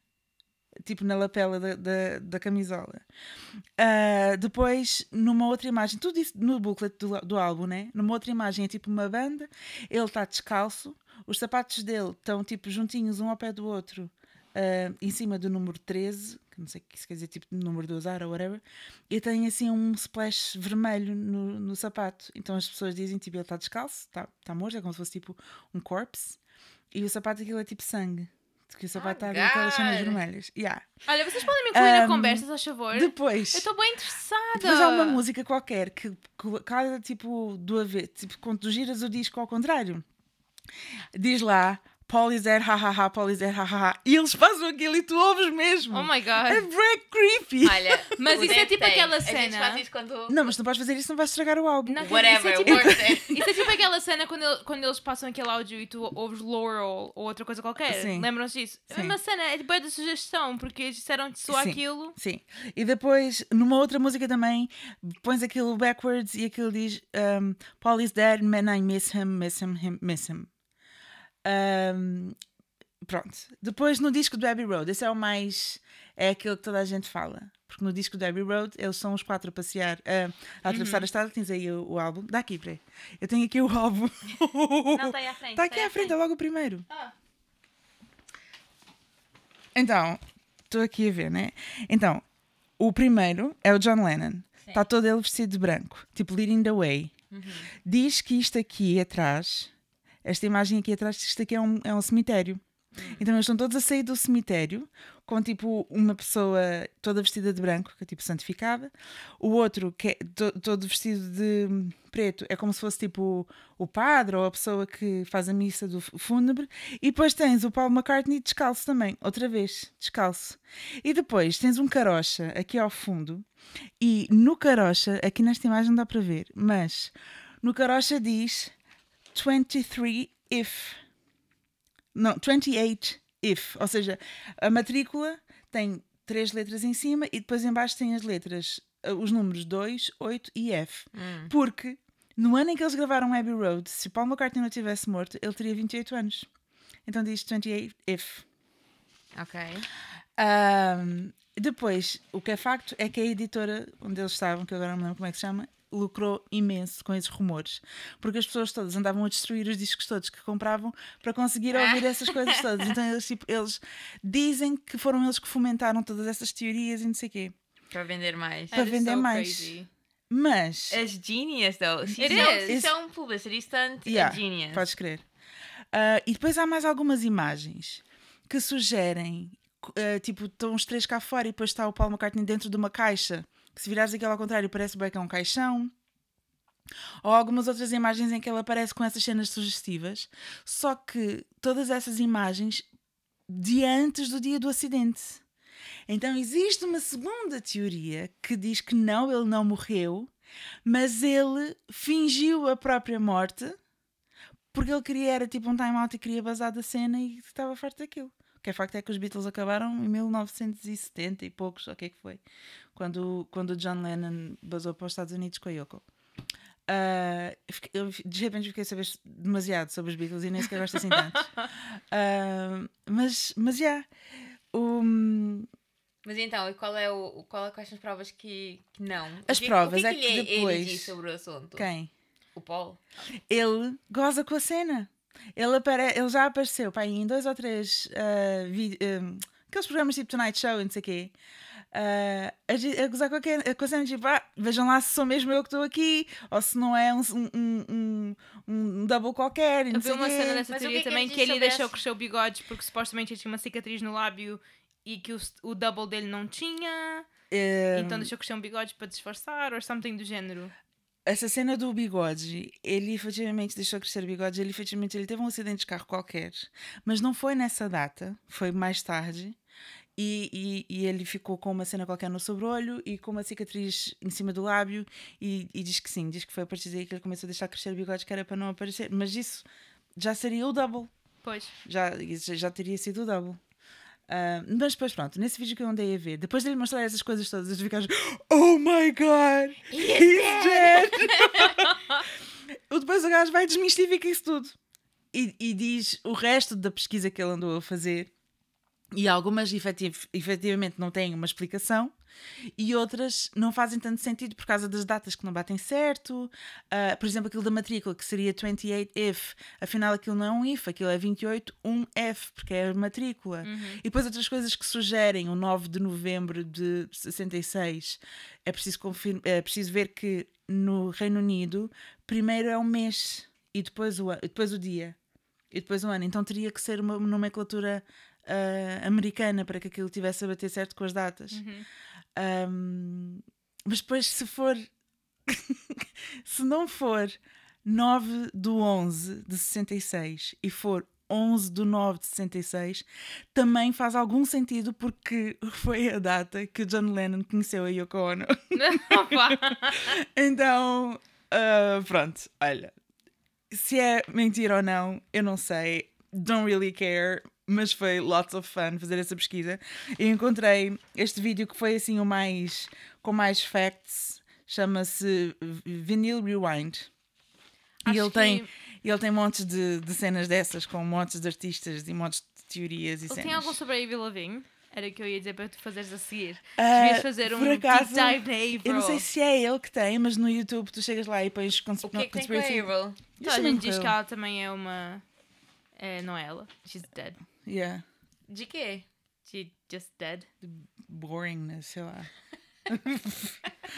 Speaker 3: tipo na lapela da, da, da camisola. Ah, depois, numa outra imagem, tudo isso no booklet do, do álbum, né? Numa outra imagem é tipo uma banda, ele está descalço, os sapatos dele estão tipo juntinhos um ao pé do outro, ah, em cima do número 13, que não sei o que isso quer dizer, tipo número de usar ou whatever, e tem assim um splash vermelho no, no sapato. Então as pessoas dizem tipo, ele está descalço, está tá morto, é como se fosse tipo um corpse, e o sapato aquilo é tipo sangue. Que o sapato está ali aquelas cenas
Speaker 2: God.
Speaker 3: vermelhas. Yeah.
Speaker 1: Olha, vocês podem me incluir na
Speaker 3: Ahm,
Speaker 1: conversa, faz favor? Eu
Speaker 3: Depois.
Speaker 1: estou bem interessada.
Speaker 3: Depois há uma música qualquer que que cada tipo do avesso, tipo, quando tu giras o disco ao contrário, diz lá Paul is there, ha ha ha, Paul is there, ha ha ha, e eles passam aquilo e tu ouves mesmo.
Speaker 1: Oh my
Speaker 3: é
Speaker 1: god.
Speaker 3: break
Speaker 2: [laughs]
Speaker 3: creepy.
Speaker 2: Olha,
Speaker 1: Mas
Speaker 2: o
Speaker 1: isso é
Speaker 2: Dave
Speaker 1: tipo
Speaker 2: tem.
Speaker 1: aquela
Speaker 2: A gente
Speaker 1: cena-
Speaker 2: faz isso quando...
Speaker 3: Não, mas tu não podes fazer isso, não vais estragar o álbum.
Speaker 1: Não, isso é
Speaker 2: Whatever, [laughs]
Speaker 1: tipo-
Speaker 2: works it.
Speaker 1: Isso é tipo aquela cena quando, ele- quando eles passam aquele áudio e tu ouves Laurel ou outra coisa qualquer.
Speaker 3: Sim.
Speaker 1: Lembram-se disso?
Speaker 3: Sim.
Speaker 1: É uma cena, é boa de sugestão, porque eles disseram-te só
Speaker 3: Sim.
Speaker 1: aquilo.
Speaker 3: Sim. E depois, numa outra música também, pões aquilo backwards e aquilo diz um, Paul is there, man, I miss him, miss him, him- miss him. Um, pronto. Depois, no disco do Abbey Road, esse é o mais. É aquilo que toda a gente fala. Porque no disco do Abbey Road, eles são os quatro a passear, a- a
Speaker 1: Uhum.
Speaker 3: atravessar a estrada. Tens aí o, o álbum. Dá aqui, peraí. Eu tenho aqui o álbum.
Speaker 1: Não, está aí à frente. tá
Speaker 3: Está aqui
Speaker 1: aí
Speaker 3: à frente, é logo o primeiro.
Speaker 1: Ah.
Speaker 3: Então, estou aqui a ver, né? Então, o primeiro é o John Lennon. Está todo ele vestido de branco, tipo Leading the Way. Diz que isto aqui atrás, esta imagem aqui atrás, que isto aqui é um, é um cemitério. Então eles estão todos a sair do cemitério com tipo uma pessoa toda vestida de branco, que é tipo santificada, o outro que é to- todo vestido de preto, é como se fosse tipo o padre ou a pessoa que faz a missa do f- fúnebre, e depois tens o Paul McCartney descalço também, outra vez, descalço. E depois tens um carocha aqui ao fundo, e no carocha, aqui nesta imagem não dá para ver, mas no carocha diz 23 if. Não, 28 if. Ou seja, a matrícula tem três letras em cima e depois em baixo tem as letras, eh, os números 2, 8 e F. Porque no ano em que eles gravaram Abbey Road, se Paul McCartney não tivesse morto, ele teria 28 anos. Então diz 28 if.
Speaker 2: Ok.
Speaker 3: Ahm, depois, o que é facto é que a editora onde eles estavam, que eu agora não me lembro como é que se chama, lucrou imenso com esses rumores. Porque as pessoas todas andavam a destruir os discos todos que compravam para conseguir ouvir essas coisas todas. Então eles, tipo, eles dizem que foram eles que fomentaram todas essas teorias e não sei o quê.
Speaker 2: Para vender mais.
Speaker 3: Para vender mais. Mas.
Speaker 2: It's genius, though. She's
Speaker 1: It
Speaker 2: no,
Speaker 1: is.
Speaker 2: She's so publicity stunt. é
Speaker 3: Yeah,
Speaker 2: um a genius.
Speaker 3: Podes crer. Ah, e depois há mais algumas imagens que sugerem, co- ah, tipo, estão os três cá fora e depois está o Paul McCartney dentro de uma caixa, que se virares aquilo ao contrário parece bem que é um caixão. Ou algumas outras imagens em que ele aparece com essas cenas sugestivas. Só que todas essas imagens de antes do dia do acidente. Então existe uma segunda teoria que diz que não, ele não morreu, mas ele fingiu a própria morte porque ele queria, era tipo um time-out e queria basar da cena e estava farto daquilo. O que é facto é que os Beatles acabaram em 1970 e poucos, ou o que é que foi? Quando, quando o John Lennon basou para os Estados Unidos com a Yoko. Ah, eu fiquei- eu de repente fiquei a saber demasiado sobre os Beatles e nem sequer gosto assim tanto. Ah, mas, mas já. O-
Speaker 2: Mas então, e qual é o, o- qual é, quais são as provas que, que não? O
Speaker 3: As
Speaker 2: que-
Speaker 3: provas
Speaker 2: o que
Speaker 3: é que
Speaker 2: ele, ele
Speaker 3: depois-
Speaker 2: diz sobre o assunto?
Speaker 3: quem?
Speaker 2: O Paul?
Speaker 3: ele goza com a cena. Ele, apare- ele já apareceu pá, em dois ou três ah, vi- hum, aqueles programas tipo Tonight Show e não sei o quê. ah, a, gi- a gozar com a, que- com a cena, tipo, ah, vejam lá se sou mesmo eu que estou aqui, ou se não é um, um, um, um- um double qualquer. e Não sei
Speaker 1: Havia uma
Speaker 3: quê.
Speaker 1: cena dessa
Speaker 2: Mas o
Speaker 1: teoria
Speaker 2: que é que
Speaker 1: também
Speaker 2: ele
Speaker 1: que,
Speaker 2: diz
Speaker 1: ele
Speaker 2: sobre
Speaker 1: deixou
Speaker 2: essa?
Speaker 1: crescer o bigode porque supostamente ele tinha uma cicatriz no lábio e que o, o double dele não tinha.
Speaker 3: Ehm.
Speaker 1: Então deixou crescer um bigode para disfarçar ou something do género.
Speaker 3: essa cena do bigode, ele efetivamente deixou crescer o bigode, ele efetivamente ele teve um acidente de carro qualquer, mas não foi nessa data, foi mais tarde. E, e, e ele ficou com uma cena qualquer no sobreolho e com uma cicatriz em cima do lábio e, e diz que sim, diz que foi a partir daí que ele começou a deixar crescer o bigode que era para não aparecer, mas isso já seria o double
Speaker 2: [laughs]
Speaker 1: Pois.
Speaker 3: já, isso já teria sido o double. Ah, mas depois pronto, nesse vídeo que eu andei a ver, depois dele mostrar essas coisas todas, eu ficava Oh my god, he's dead! o [laughs] depois o gajo vai e desmistifica isso tudo e, e diz o resto da pesquisa que ele andou a fazer. E algumas efetiv- efetivamente não têm uma explicação, e outras não fazem tanto sentido por causa das datas que não batem certo. Ah, por exemplo, aquilo da matrícula que seria 28 if, afinal aquilo não é um if, aquilo é 28 1 f, porque é a matrícula. E depois outras coisas que sugerem o 9 de novembro de 66, é preciso, confirma, é preciso ver que no Reino Unido primeiro é o mês e depois o, an- depois o dia e depois o ano, então teria que ser uma nomenclatura ah, americana para que aquilo tivesse a bater certo com as datas.
Speaker 1: Uhum.
Speaker 3: Um, mas depois, se for. [laughs] se não for 9 do 11 de 66 e for 11 do 9 de 66, também faz algum sentido porque [laughs] foi a data que o John Lennon conheceu a Yoko Ono.
Speaker 1: Opa.
Speaker 3: Então, ah, pronto, olha. Se é mentira ou não, eu não sei. Don't really care. Mas foi lots of fun fazer essa pesquisa. E encontrei este vídeo que foi assim o mais. com mais facts. Chama-se Vinyl Rewind.
Speaker 1: Acho
Speaker 3: e ele
Speaker 1: que
Speaker 3: tem, ele tem montes de, de cenas dessas, com montes de artistas e montes de teorias e
Speaker 1: Ou
Speaker 3: cenas.
Speaker 1: tem algum sobre a Avril Lavigne? Era o que eu ia dizer para tu fazeres a seguir.
Speaker 3: Ah,
Speaker 1: Devias fazer um
Speaker 3: por
Speaker 1: deep
Speaker 3: acaso,
Speaker 1: dive na Avril.
Speaker 3: Eu não sei se é ele que tem, mas no YouTube tu chegas lá e pões cons-
Speaker 2: O que é que tem com a
Speaker 3: assim,
Speaker 2: Avril?
Speaker 1: Toda Então, a gente diz que ela também é uma... É, não é ela. She's dead.
Speaker 3: Yeah.
Speaker 2: De quê?
Speaker 1: She's just dead.
Speaker 3: boringness, né? sei lá.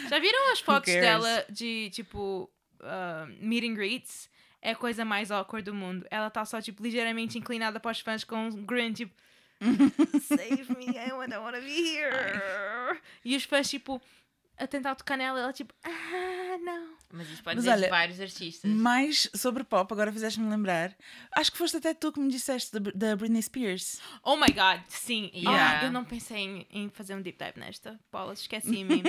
Speaker 1: Já viram as fotos
Speaker 3: cares?
Speaker 1: dela de tipo ah, meet and greets? é a coisa mais awkward do mundo. Ela está só, tipo, ligeiramente inclinada para os fãs com um grin, tipo, Save me, I don't wanna be here. E os fãs, tipo, a tentar tocar nela, ela, tipo, ah, não.
Speaker 2: Mas isso pode
Speaker 3: Mas
Speaker 2: dizer de
Speaker 3: olha,
Speaker 2: vários artistas.
Speaker 3: Mais sobre pop, agora fizeste-me lembrar. Acho que foste até tu que me disseste da, da Britney Spears.
Speaker 1: Oh my god, sim.
Speaker 2: Yeah.
Speaker 1: Ah, eu não pensei em, em fazer um deep dive nesta. Paula,
Speaker 2: [laughs]
Speaker 1: esqueci-me.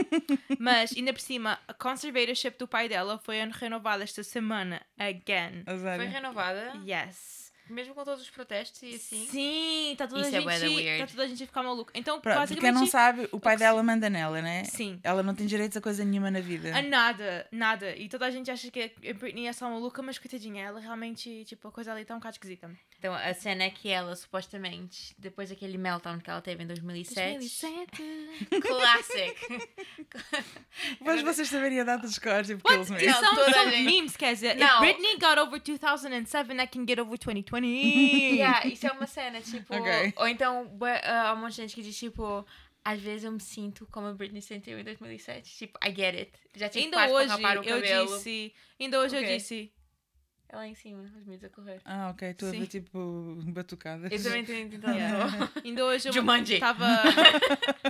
Speaker 1: Mas, ainda por cima, a conservatorship do pai dela foi renovada esta semana. Again.
Speaker 3: Mas
Speaker 2: Foi
Speaker 3: olha,
Speaker 2: renovada,
Speaker 1: Yes.
Speaker 2: mesmo com todos os protestos Ah. e assim.
Speaker 1: Sim, está toda,
Speaker 2: Isso é
Speaker 1: a
Speaker 2: bué da
Speaker 1: gente- tá
Speaker 2: weird.
Speaker 1: toda a gente a ficar maluca. Então,
Speaker 3: Pronto,
Speaker 1: basicamente.
Speaker 3: porque quem não sabe, o pai
Speaker 1: que
Speaker 3: dela manda nela, né?
Speaker 1: Sim.
Speaker 3: Ela não tem direitos a coisa nenhuma na vida.
Speaker 1: A nada, nada. E toda a gente acha que a Britney é só maluca, mas coitadinha, ela realmente, tipo, a coisa ali está um bocado esquisita.
Speaker 2: Então a cena é que ela, supostamente, depois daquele meltdown que ela teve em 2007. [laughs]
Speaker 1: 2007.
Speaker 2: Classic!
Speaker 3: Mas vocês saberem a data de corte, porque eles
Speaker 1: What?
Speaker 3: mesmos.
Speaker 1: Isso são,
Speaker 2: toda
Speaker 1: são
Speaker 2: a gente-
Speaker 1: memes, quer dizer.
Speaker 2: Não.
Speaker 1: If Britney got over 2007, I can get over [laughs] 2020.
Speaker 2: [laughs] [laughs] yeah, isso é uma cena, tipo.
Speaker 3: Ok.
Speaker 2: Ou então, bué- ah, há um monte de gente que diz, tipo. Às vezes eu me sinto como a Britney sentiu em 2007. Tipo, I get it. Já tive
Speaker 1: Ainda
Speaker 2: quase
Speaker 1: hoje
Speaker 2: para rapar o
Speaker 1: eu
Speaker 2: cabelo.
Speaker 1: disse. Ainda hoje
Speaker 2: Ok.
Speaker 1: eu disse.
Speaker 2: É lá em cima, os miúdos a [laughs] correr.
Speaker 3: Ah, ok. Estou a
Speaker 1: Sim.
Speaker 3: ver tipo batucadas.
Speaker 2: Eu
Speaker 3: [laughs]
Speaker 2: também tenho tentado.
Speaker 1: Yeah.
Speaker 2: [laughs]
Speaker 1: Ainda hoje eu
Speaker 2: Jumanji. [laughs]
Speaker 1: tava,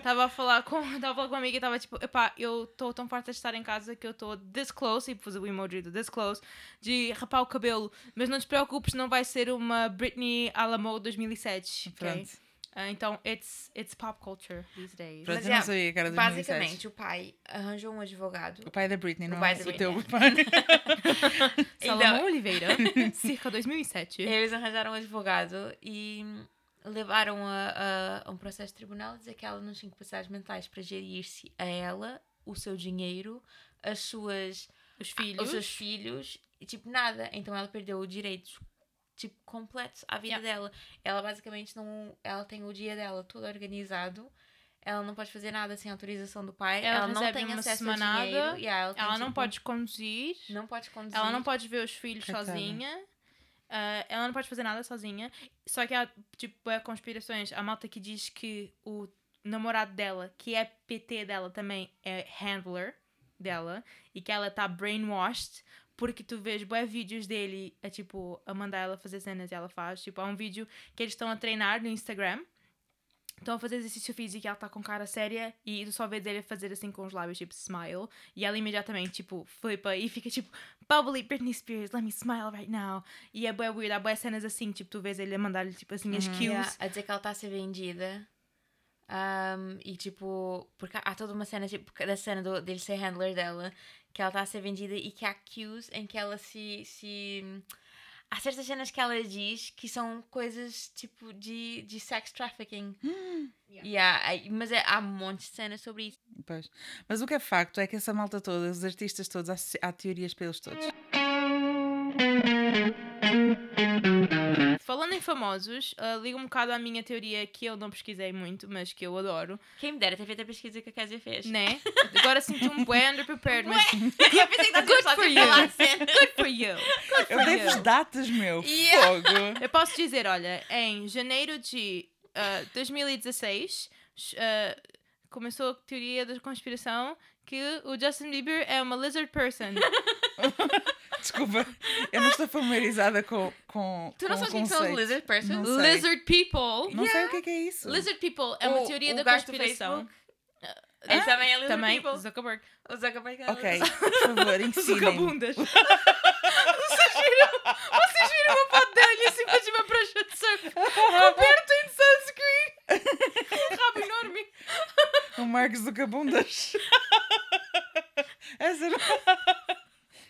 Speaker 1: tava a falar com tava a falar com uma amiga e tava tipo, epá, eu estou tão farta de estar em casa que eu estou this close, e pus o emoji do this close, de rapar o cabelo, mas não te preocupes, não vai ser uma Britney Alamo 2007. ok?
Speaker 3: Pronto.
Speaker 1: Ah, então, it's, it's pop culture these days.
Speaker 3: Pronto,
Speaker 2: Mas,
Speaker 3: eu
Speaker 2: yeah,
Speaker 3: não sabia que era 2007.
Speaker 2: Basicamente, o pai arranjou um advogado.
Speaker 3: O pai da Britney,
Speaker 2: O
Speaker 3: não
Speaker 2: pai
Speaker 3: é
Speaker 2: da
Speaker 3: o
Speaker 2: Britney,
Speaker 3: teu
Speaker 2: é.
Speaker 3: pai. [laughs]
Speaker 1: Salomão
Speaker 2: Então- [laughs]
Speaker 1: Oliveira, cerca 2007.
Speaker 2: Eles arranjaram um advogado e levaram a, a- a um processo de tribunal a dizer que ela não tinha capacidades mentais para gerir-se a ela, o seu dinheiro, as suas,
Speaker 1: Os filhos.
Speaker 2: os seus filhos e tipo nada. Então ela perdeu o direito tipo completo à vida dela. Ela basicamente não, ela tem o dia dela todo organizado. Ela não pode fazer nada sem autorização do pai.
Speaker 1: Ela
Speaker 2: Ela, não
Speaker 1: recebe
Speaker 2: tem
Speaker 1: uma
Speaker 2: acesso
Speaker 1: semanada,
Speaker 2: ao dinheiro. e ela tem,
Speaker 1: Ela não
Speaker 2: tipo,
Speaker 1: pode conduzir.
Speaker 2: não pode conduzir.
Speaker 1: Ela não pode ver os filhos
Speaker 3: Coitada.
Speaker 1: sozinha. ah, ela não pode fazer nada sozinha. Só que há, tipo, é conspirações. A malta que diz que o namorado dela, que é PT dela também, é handler dela. E que ela tá brainwashed. Porque tu vês bué vídeos dele, a, tipo, a mandar ela fazer cenas e ela faz. Tipo, há um vídeo que eles estão a treinar no Instagram. Estão a fazer exercício físico e ela tá com cara séria e tu só vês ele a fazer assim com os lábios, tipo, smile. E ela imediatamente, tipo, flipa e fica tipo, bubbly Britney Spears, let me smile right now. E é bué weird, há bué cenas assim, tipo, tu vês ele a mandar-lhe, tipo, assim, as cues.
Speaker 2: Yeah, a dizer que ela está a ser vendida. Ahm, e tipo, porque há toda uma cena, tipo, da cena do, dele ser handler dela, que ela está a ser vendida e que há cues em que ela se, se. Há certas cenas que ela diz que são coisas tipo de, de sex trafficking. Yeah, aí- mas é- há um monte de cenas sobre isso.
Speaker 3: Pois. Mas o que é facto é que essa malta toda, os artistas todos, há, se- há teorias pelos todos.
Speaker 1: Falando em famosos, ah, liga um bocado à minha teoria que eu não pesquisei muito, mas que eu adoro,
Speaker 2: Quem me dera ter feito a pesquisa que a Kézia fez.
Speaker 1: né? Agora sinto-me bué underprepared, mas
Speaker 2: [laughs] Eu
Speaker 1: [laughs]
Speaker 2: pensei que
Speaker 1: Good
Speaker 2: estás a
Speaker 1: for
Speaker 2: falar
Speaker 1: you.
Speaker 2: pela [laughs] cena.
Speaker 1: good for you.
Speaker 3: Eu devo-vos datas, meu.
Speaker 2: Yeah.
Speaker 3: Fogo.
Speaker 1: Eu posso dizer, olha, em janeiro de ah, 2016 ah, começou a teoria da conspiração que o Justin Bieber é uma lizard
Speaker 2: [laughs]
Speaker 1: person.
Speaker 3: Desculpa. Eu não estou familiarizada com. com
Speaker 2: Tu não
Speaker 3: com o
Speaker 2: sabes quem são os
Speaker 3: Um conceito.
Speaker 2: um lizard
Speaker 1: Uhum.
Speaker 2: persons?
Speaker 3: Não sei.
Speaker 1: lizard people.
Speaker 3: Não sei o que é que é isso.
Speaker 1: Lizard people é uma
Speaker 2: O-
Speaker 1: teoria
Speaker 2: o
Speaker 1: da
Speaker 2: gajo do
Speaker 1: conspiração.
Speaker 2: Ele também é lizard
Speaker 1: Também,
Speaker 2: people. [laughs]
Speaker 1: Zuckerberg.
Speaker 2: O Zuckerberg é [laughs]
Speaker 3: Ok, por favor, ensinem.
Speaker 1: Zucabundas. [laughs] vocês viram? Vocês viram uma foto dele assim para cima para de surf? Coberto em sunscreen. Com um rabo enorme.
Speaker 3: O Marcos
Speaker 2: [laughs]
Speaker 3: do Cabundas. Essa não.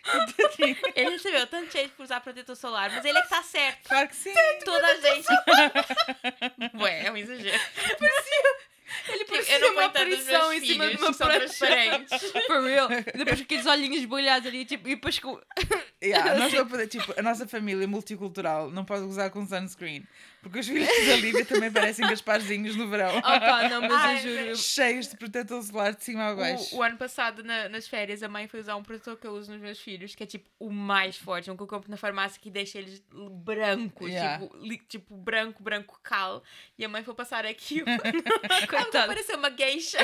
Speaker 3: Coitadinho.
Speaker 2: Ele recebeu tanto shade por usar protetor solar, mas ele é que tá certo.
Speaker 3: Claro que sim.
Speaker 2: Toda a gente. [laughs] Ué, é um exagero.
Speaker 1: Ele
Speaker 2: Tipo,
Speaker 1: parecia
Speaker 2: eu não
Speaker 1: uma
Speaker 2: aguento dos
Speaker 1: aparição
Speaker 2: meus
Speaker 1: em cima de
Speaker 2: filhos,
Speaker 1: uma
Speaker 2: que são
Speaker 1: prancha.
Speaker 2: transparentes.
Speaker 1: [laughs] For real. Depois com aqueles olhinhos bolhados ali, tipo, e depois com...
Speaker 3: Yeah, nós não pode- tipo, a nossa família multicultural não pode usar com sunscreen. Porque os filhos da Lívia também parecem gasparzinhos no verão.
Speaker 1: Oh pá, não, mas
Speaker 2: Ai,
Speaker 1: eu [laughs] juro.
Speaker 3: Cheios de protetor solar de cima a baixo.
Speaker 2: Oh. O, o ano passado, na- nas férias, a mãe foi usar um protetor que eu uso nos meus filhos, que é tipo o mais forte, um que eu compro na farmácia que deixa eles l- brancos,
Speaker 3: Yeah.
Speaker 2: tipo, li- tipo branco, branco cal. E a mãe
Speaker 3: [laughs]
Speaker 2: foi passar aquilo. Ela
Speaker 1: Coitada.
Speaker 2: pareceu uma geisha.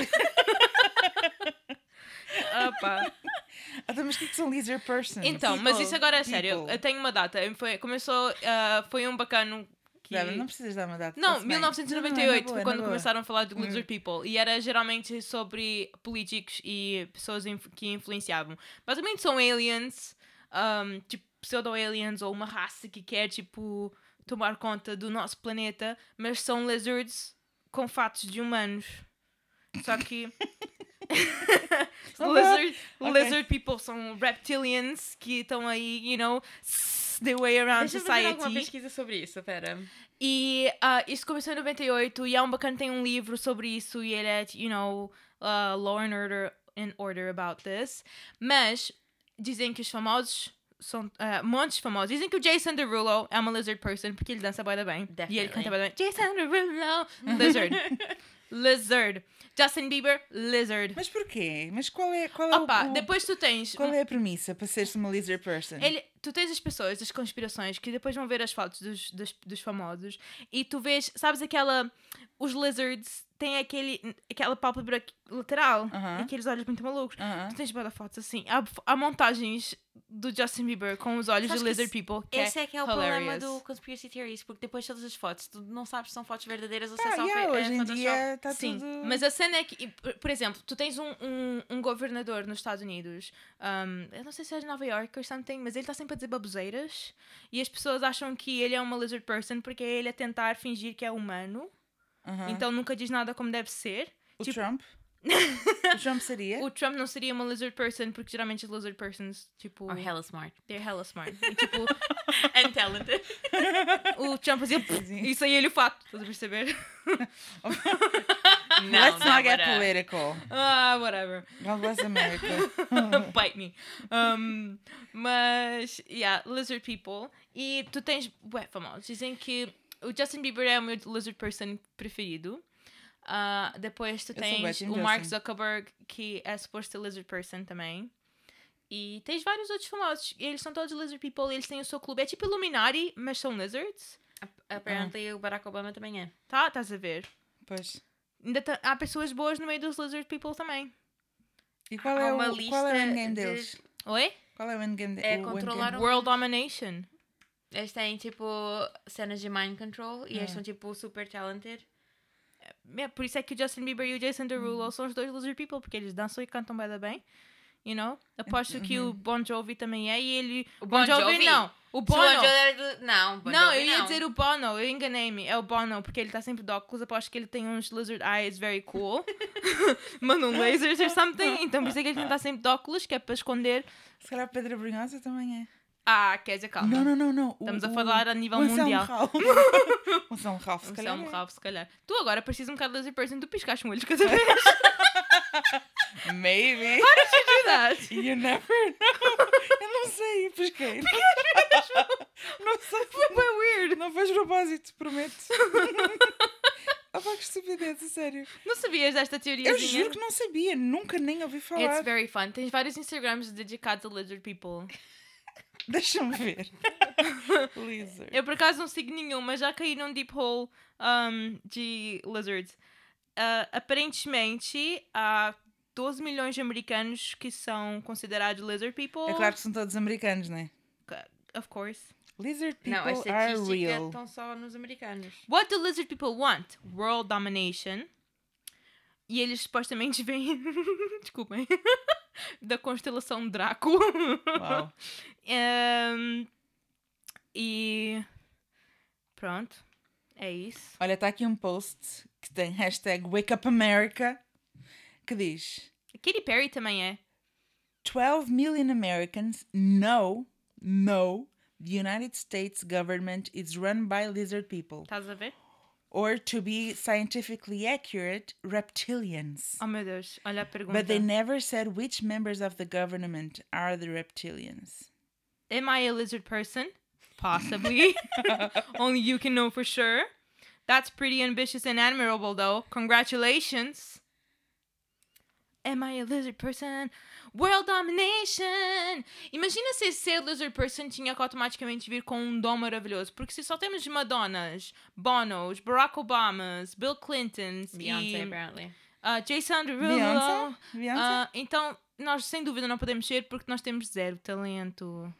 Speaker 1: Opa.
Speaker 3: Ah, então, mas o que, é que são lizard persons?
Speaker 1: Então, mas
Speaker 2: People,
Speaker 1: isso agora é sério.
Speaker 3: people.
Speaker 1: Eu tenho uma data. Foi, começou. ah, foi um bacano que.
Speaker 3: Dá, não precisas dar uma data.
Speaker 1: Não,
Speaker 3: tá-se bem. Não, não, é
Speaker 1: 1998
Speaker 3: na boa,
Speaker 1: foi
Speaker 3: é
Speaker 1: quando
Speaker 3: na boa.
Speaker 1: começaram a falar de
Speaker 2: Hum.
Speaker 1: Lizard People e era geralmente sobre políticos e pessoas inf- que influenciavam. Basicamente são aliens, ahm, tipo pseudo-aliens ou uma raça que quer tipo tomar conta do nosso planeta, mas são lizards com fatos de humanos. Só
Speaker 3: [laughs]
Speaker 1: que lizard,
Speaker 3: Oh, Ok.
Speaker 1: lizard people são reptilians que estão aí, you know, the way around
Speaker 2: Deixa eu fazer
Speaker 1: society.
Speaker 2: alguma pesquisa sobre isso, pera.
Speaker 1: E ah, isso começou em 98 e é um bacana tem um livro sobre isso e ele é, you know, ah, law and order, and order about this. Mas dizem que os famosos são ah, montes de famosos. Dizem que o Jason Derulo é uma lizard person porque ele dança bué da bem. E ele
Speaker 2: Definitely.
Speaker 1: canta bué da bem. Jason Derulo, lizard.
Speaker 3: [laughs]
Speaker 1: lizard. Justin Bieber, lizard.
Speaker 3: Mas porquê? Mas qual é, qual é o-
Speaker 1: Opa,
Speaker 3: o,
Speaker 1: depois tu tens
Speaker 3: qual é a premissa para seres uma lizard person?
Speaker 1: ele- tu tens as pessoas, as conspirações, que depois vão ver as fotos dos, dos, dos famosos e tu vês, sabes aquela. Os lizards têm aquele, aquela pálpebra lateral
Speaker 3: Aham.
Speaker 1: e aqueles olhos muito malucos.
Speaker 3: Aham.
Speaker 1: Tu tens várias fotos assim. Há, há montagens do Justin Bieber com os olhos
Speaker 2: Sabes
Speaker 1: de
Speaker 2: que
Speaker 1: lizard
Speaker 2: esse-
Speaker 1: people. Que
Speaker 2: Esse é que é o problema
Speaker 1: hilarious.
Speaker 2: do conspiracy theories, porque depois todas as fotos, tu não sabes se são fotos verdadeiras ou se
Speaker 3: Pá,
Speaker 2: é só
Speaker 3: Ah, yeah,
Speaker 2: fe- é
Speaker 3: hoje em
Speaker 2: Photoshop.
Speaker 3: dia está
Speaker 1: Sim,
Speaker 3: Tá tudo.
Speaker 1: mas a cena é que, e, por por exemplo, tu tens um, um, um governador nos Estados Unidos, um, eu não sei se é de Nova York ou something, mas ele está sempre a dizer baboseiras e as pessoas acham que ele é uma lizard person porque é ele a tentar fingir que é humano,
Speaker 3: Aham.
Speaker 1: então nunca diz nada como deve ser.
Speaker 3: o
Speaker 1: tipo- [laughs]
Speaker 3: Trump? o Trump seria?
Speaker 1: O Trump não seria uma lizard person porque geralmente as lizard persons, tipo,
Speaker 2: Or hella smart.
Speaker 1: they're hella smart. E, tipo,
Speaker 2: Oh, [laughs] And talented.
Speaker 1: o Trump fazia
Speaker 3: [laughs] Sim.
Speaker 1: isso aí ele o fato, estás a
Speaker 3: [laughs]
Speaker 1: perceber?
Speaker 2: não,
Speaker 3: Let's
Speaker 2: não,
Speaker 3: not get
Speaker 2: but, uh,
Speaker 3: political.
Speaker 1: Ah, whatever.
Speaker 3: God bless
Speaker 1: [laughs]
Speaker 3: America.
Speaker 1: Bite me. Um, mas, yeah, lizard people. E tu tens, ué, famosos. Dizem que o Justin Bieber é o meu lizard person preferido. Ah, depois tu
Speaker 3: Eu sou
Speaker 1: tens
Speaker 3: Team
Speaker 1: o Mark
Speaker 3: Justin.
Speaker 1: Zuckerberg, que é suposto ser lizard person também. E tens vários outros famosos. E eles são todos lizard people. Eles têm o seu clube. É tipo Illuminati, mas são lizards.
Speaker 2: Apparently o Barack Obama também é.
Speaker 1: Tá? Estás a ver?
Speaker 3: pois.
Speaker 1: Ainda tá- há pessoas boas no meio dos lizard people também.
Speaker 3: E qual,
Speaker 2: Há
Speaker 3: é o,
Speaker 2: uma
Speaker 3: qual é o
Speaker 2: lista de-
Speaker 3: endgame deles?
Speaker 1: Oi?
Speaker 3: Qual é o endgame deles?
Speaker 2: É controlar Não.
Speaker 1: World Domination.
Speaker 2: Eles têm, tipo, cenas de mind control e eles
Speaker 3: Ah.
Speaker 2: são, tipo, super talented.
Speaker 1: É, por isso é que o Justin Bieber e o Jason Derulo
Speaker 3: Uhum.
Speaker 1: são os dois loser people, porque eles dançam e cantam bem bem. You know? Aposto que
Speaker 3: Uhum.
Speaker 1: o Bon Jovi também é e ele. O Bon,
Speaker 2: Bon
Speaker 1: Jovi,
Speaker 2: Jovi?
Speaker 1: não. O
Speaker 2: Bon
Speaker 1: Bono.
Speaker 2: Jovi era do... Não, Bon
Speaker 1: não,
Speaker 2: Jovi
Speaker 1: eu ia dizer o Bono, eu enganei-me. É o Bono, porque ele tá sempre de óculos. Aposto que ele tem uns lizard eyes very
Speaker 3: [laughs]
Speaker 1: cool. Manda um lasers or something. Então por isso é que ele tá sempre de óculos, que é para esconder.
Speaker 3: Se calhar Pedra Brunhosa também é.
Speaker 1: Ah, quer dizer, calma.
Speaker 3: Não, não, não, não. O-
Speaker 1: Estamos a
Speaker 3: o-
Speaker 1: falar a nível
Speaker 3: o Anselmo
Speaker 1: mundial.
Speaker 3: Ralph. [laughs] o Anselmo Ralph, se
Speaker 1: O
Speaker 3: calhar.
Speaker 1: Selmo
Speaker 3: é.
Speaker 1: Ralph, um se calhar. Tu agora precisas um bocado de laser person, tu piscaste um olho de cada [laughs] vez. [laughs]
Speaker 3: é. Maybe.
Speaker 1: Verdade.
Speaker 3: You never [laughs] know. Eu não sei, [laughs] pesquei. não sei.
Speaker 1: Foi bem weird.
Speaker 3: Não faz propósito, prometo. [laughs] Opa, que estupidez, a sério.
Speaker 1: Não sabias desta teoria?
Speaker 3: Eu juro que não sabia, nunca nem ouvi
Speaker 1: It's
Speaker 3: falar.
Speaker 1: very fun. Tens vários Instagrams dedicados a lizard people.
Speaker 3: Deixa-me [laughs] ver. Lizard.
Speaker 1: Eu por acaso não sigo nenhum, mas já caí num deep hole um, de lizards. Ah, aparentemente, há 12 milhões de americanos que são considerados lizard people.
Speaker 3: É claro que são todos americanos, né?
Speaker 1: Of course.
Speaker 3: Lizard people
Speaker 2: Não, a
Speaker 3: are
Speaker 2: estatística
Speaker 3: real.
Speaker 2: estão só nos americanos.
Speaker 1: What do lizard people want? World domination. E eles supostamente [laughs] vêm. Desculpem. [laughs] da constelação Draco.
Speaker 3: Uau.
Speaker 1: Ehm, e pronto, é isso.
Speaker 3: Olha, está aqui um post que tem hashtag Wake Up America que diz
Speaker 1: A Katy Perry também é.
Speaker 3: 12 million Americans know, know the United States government is run by lizard people.
Speaker 1: Estás a ver?
Speaker 3: Or to be scientifically accurate, reptilians.
Speaker 1: Oh meu Deus, olha a pergunta.
Speaker 3: But they never said which members of the government are the reptilians.
Speaker 1: Am I a lizard person?
Speaker 3: [laughs]
Speaker 1: Possibly. [laughs] Only you can know for sure. That's pretty ambitious and admirable, though. Congratulations. Am I a lizard person? World domination! Imagina se ser lizard person tinha que automaticamente vir com um dom maravilhoso. Porque se só temos Madonnas, Bonos, Barack Obamas, Bill Clintons
Speaker 2: Beyoncé,
Speaker 1: e
Speaker 2: apparently.
Speaker 1: ah, Jason Derulo.
Speaker 3: Beyoncé? Beyoncé?
Speaker 1: Ah, então, nós sem dúvida não podemos ser porque nós temos zero talento.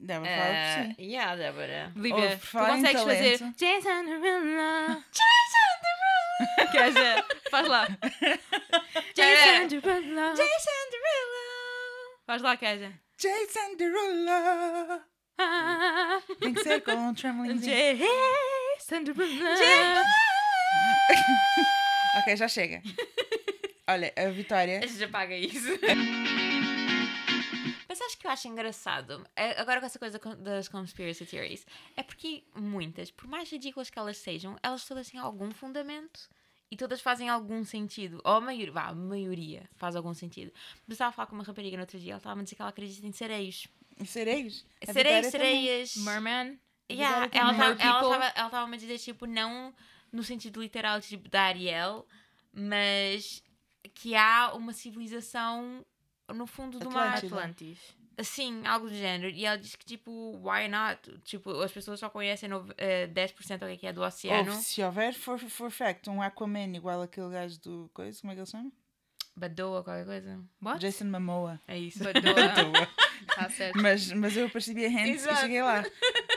Speaker 3: Débora, fala por
Speaker 2: Uh,
Speaker 3: si.
Speaker 2: yeah, Débora.
Speaker 1: Lívia,
Speaker 3: Oh, por
Speaker 1: tu
Speaker 3: falar em
Speaker 1: consegues fazer
Speaker 3: talento.
Speaker 1: Jason Derulo. Jason Derulo. Quer dizer, faz lá. Jason Derulo.
Speaker 2: Jason Derulo.
Speaker 1: Faz lá, Kézia.
Speaker 3: Jason Derulo.
Speaker 1: Ah,
Speaker 3: Tem que ser com
Speaker 1: [laughs]
Speaker 3: um trembling.
Speaker 1: Jason Derulo.
Speaker 3: ok, já chega. Olha, a Vitória.
Speaker 2: [laughs] A gente apaga isso. Mas acho que eu acho engraçado, é, agora com essa coisa con- das conspiracy theories, é porque muitas, por mais ridículas que elas sejam, elas todas têm algum fundamento e todas fazem algum sentido. Ou a maioria, vá, a maioria faz algum sentido. Mas estava a falar com uma rapariga no outro dia, ela estava a dizer que ela acredita em sereios.
Speaker 3: Sereios? A
Speaker 2: Sereios,
Speaker 3: Vitória também.
Speaker 2: sereias.
Speaker 1: Merman.
Speaker 2: Yeah,
Speaker 3: Agora
Speaker 2: ela
Speaker 3: também.
Speaker 2: estava
Speaker 1: More people.
Speaker 2: ela tava a dizer, tipo, não no sentido literal, tipo, da Ariel, mas que há uma civilização no fundo do mar.
Speaker 3: Atlântida.
Speaker 1: Atlantis.
Speaker 2: Assim, algo do género. E ela disse que, tipo, why not? Tipo, as pessoas só conhecem nove- eh, 10% do que é que é do oceano.
Speaker 3: Ou se houver, for, for fact, um Aquaman igual aquele gajo do. Coisa, como é que ele se chama?
Speaker 2: Badoa, qualquer coisa.
Speaker 1: What?
Speaker 3: Jason
Speaker 1: [laughs]
Speaker 3: Momoa.
Speaker 2: É isso.
Speaker 3: [laughs]
Speaker 1: Badoa. tá certo.
Speaker 3: mas, mas eu percebi a hint e
Speaker 2: Exato.
Speaker 3: cheguei lá.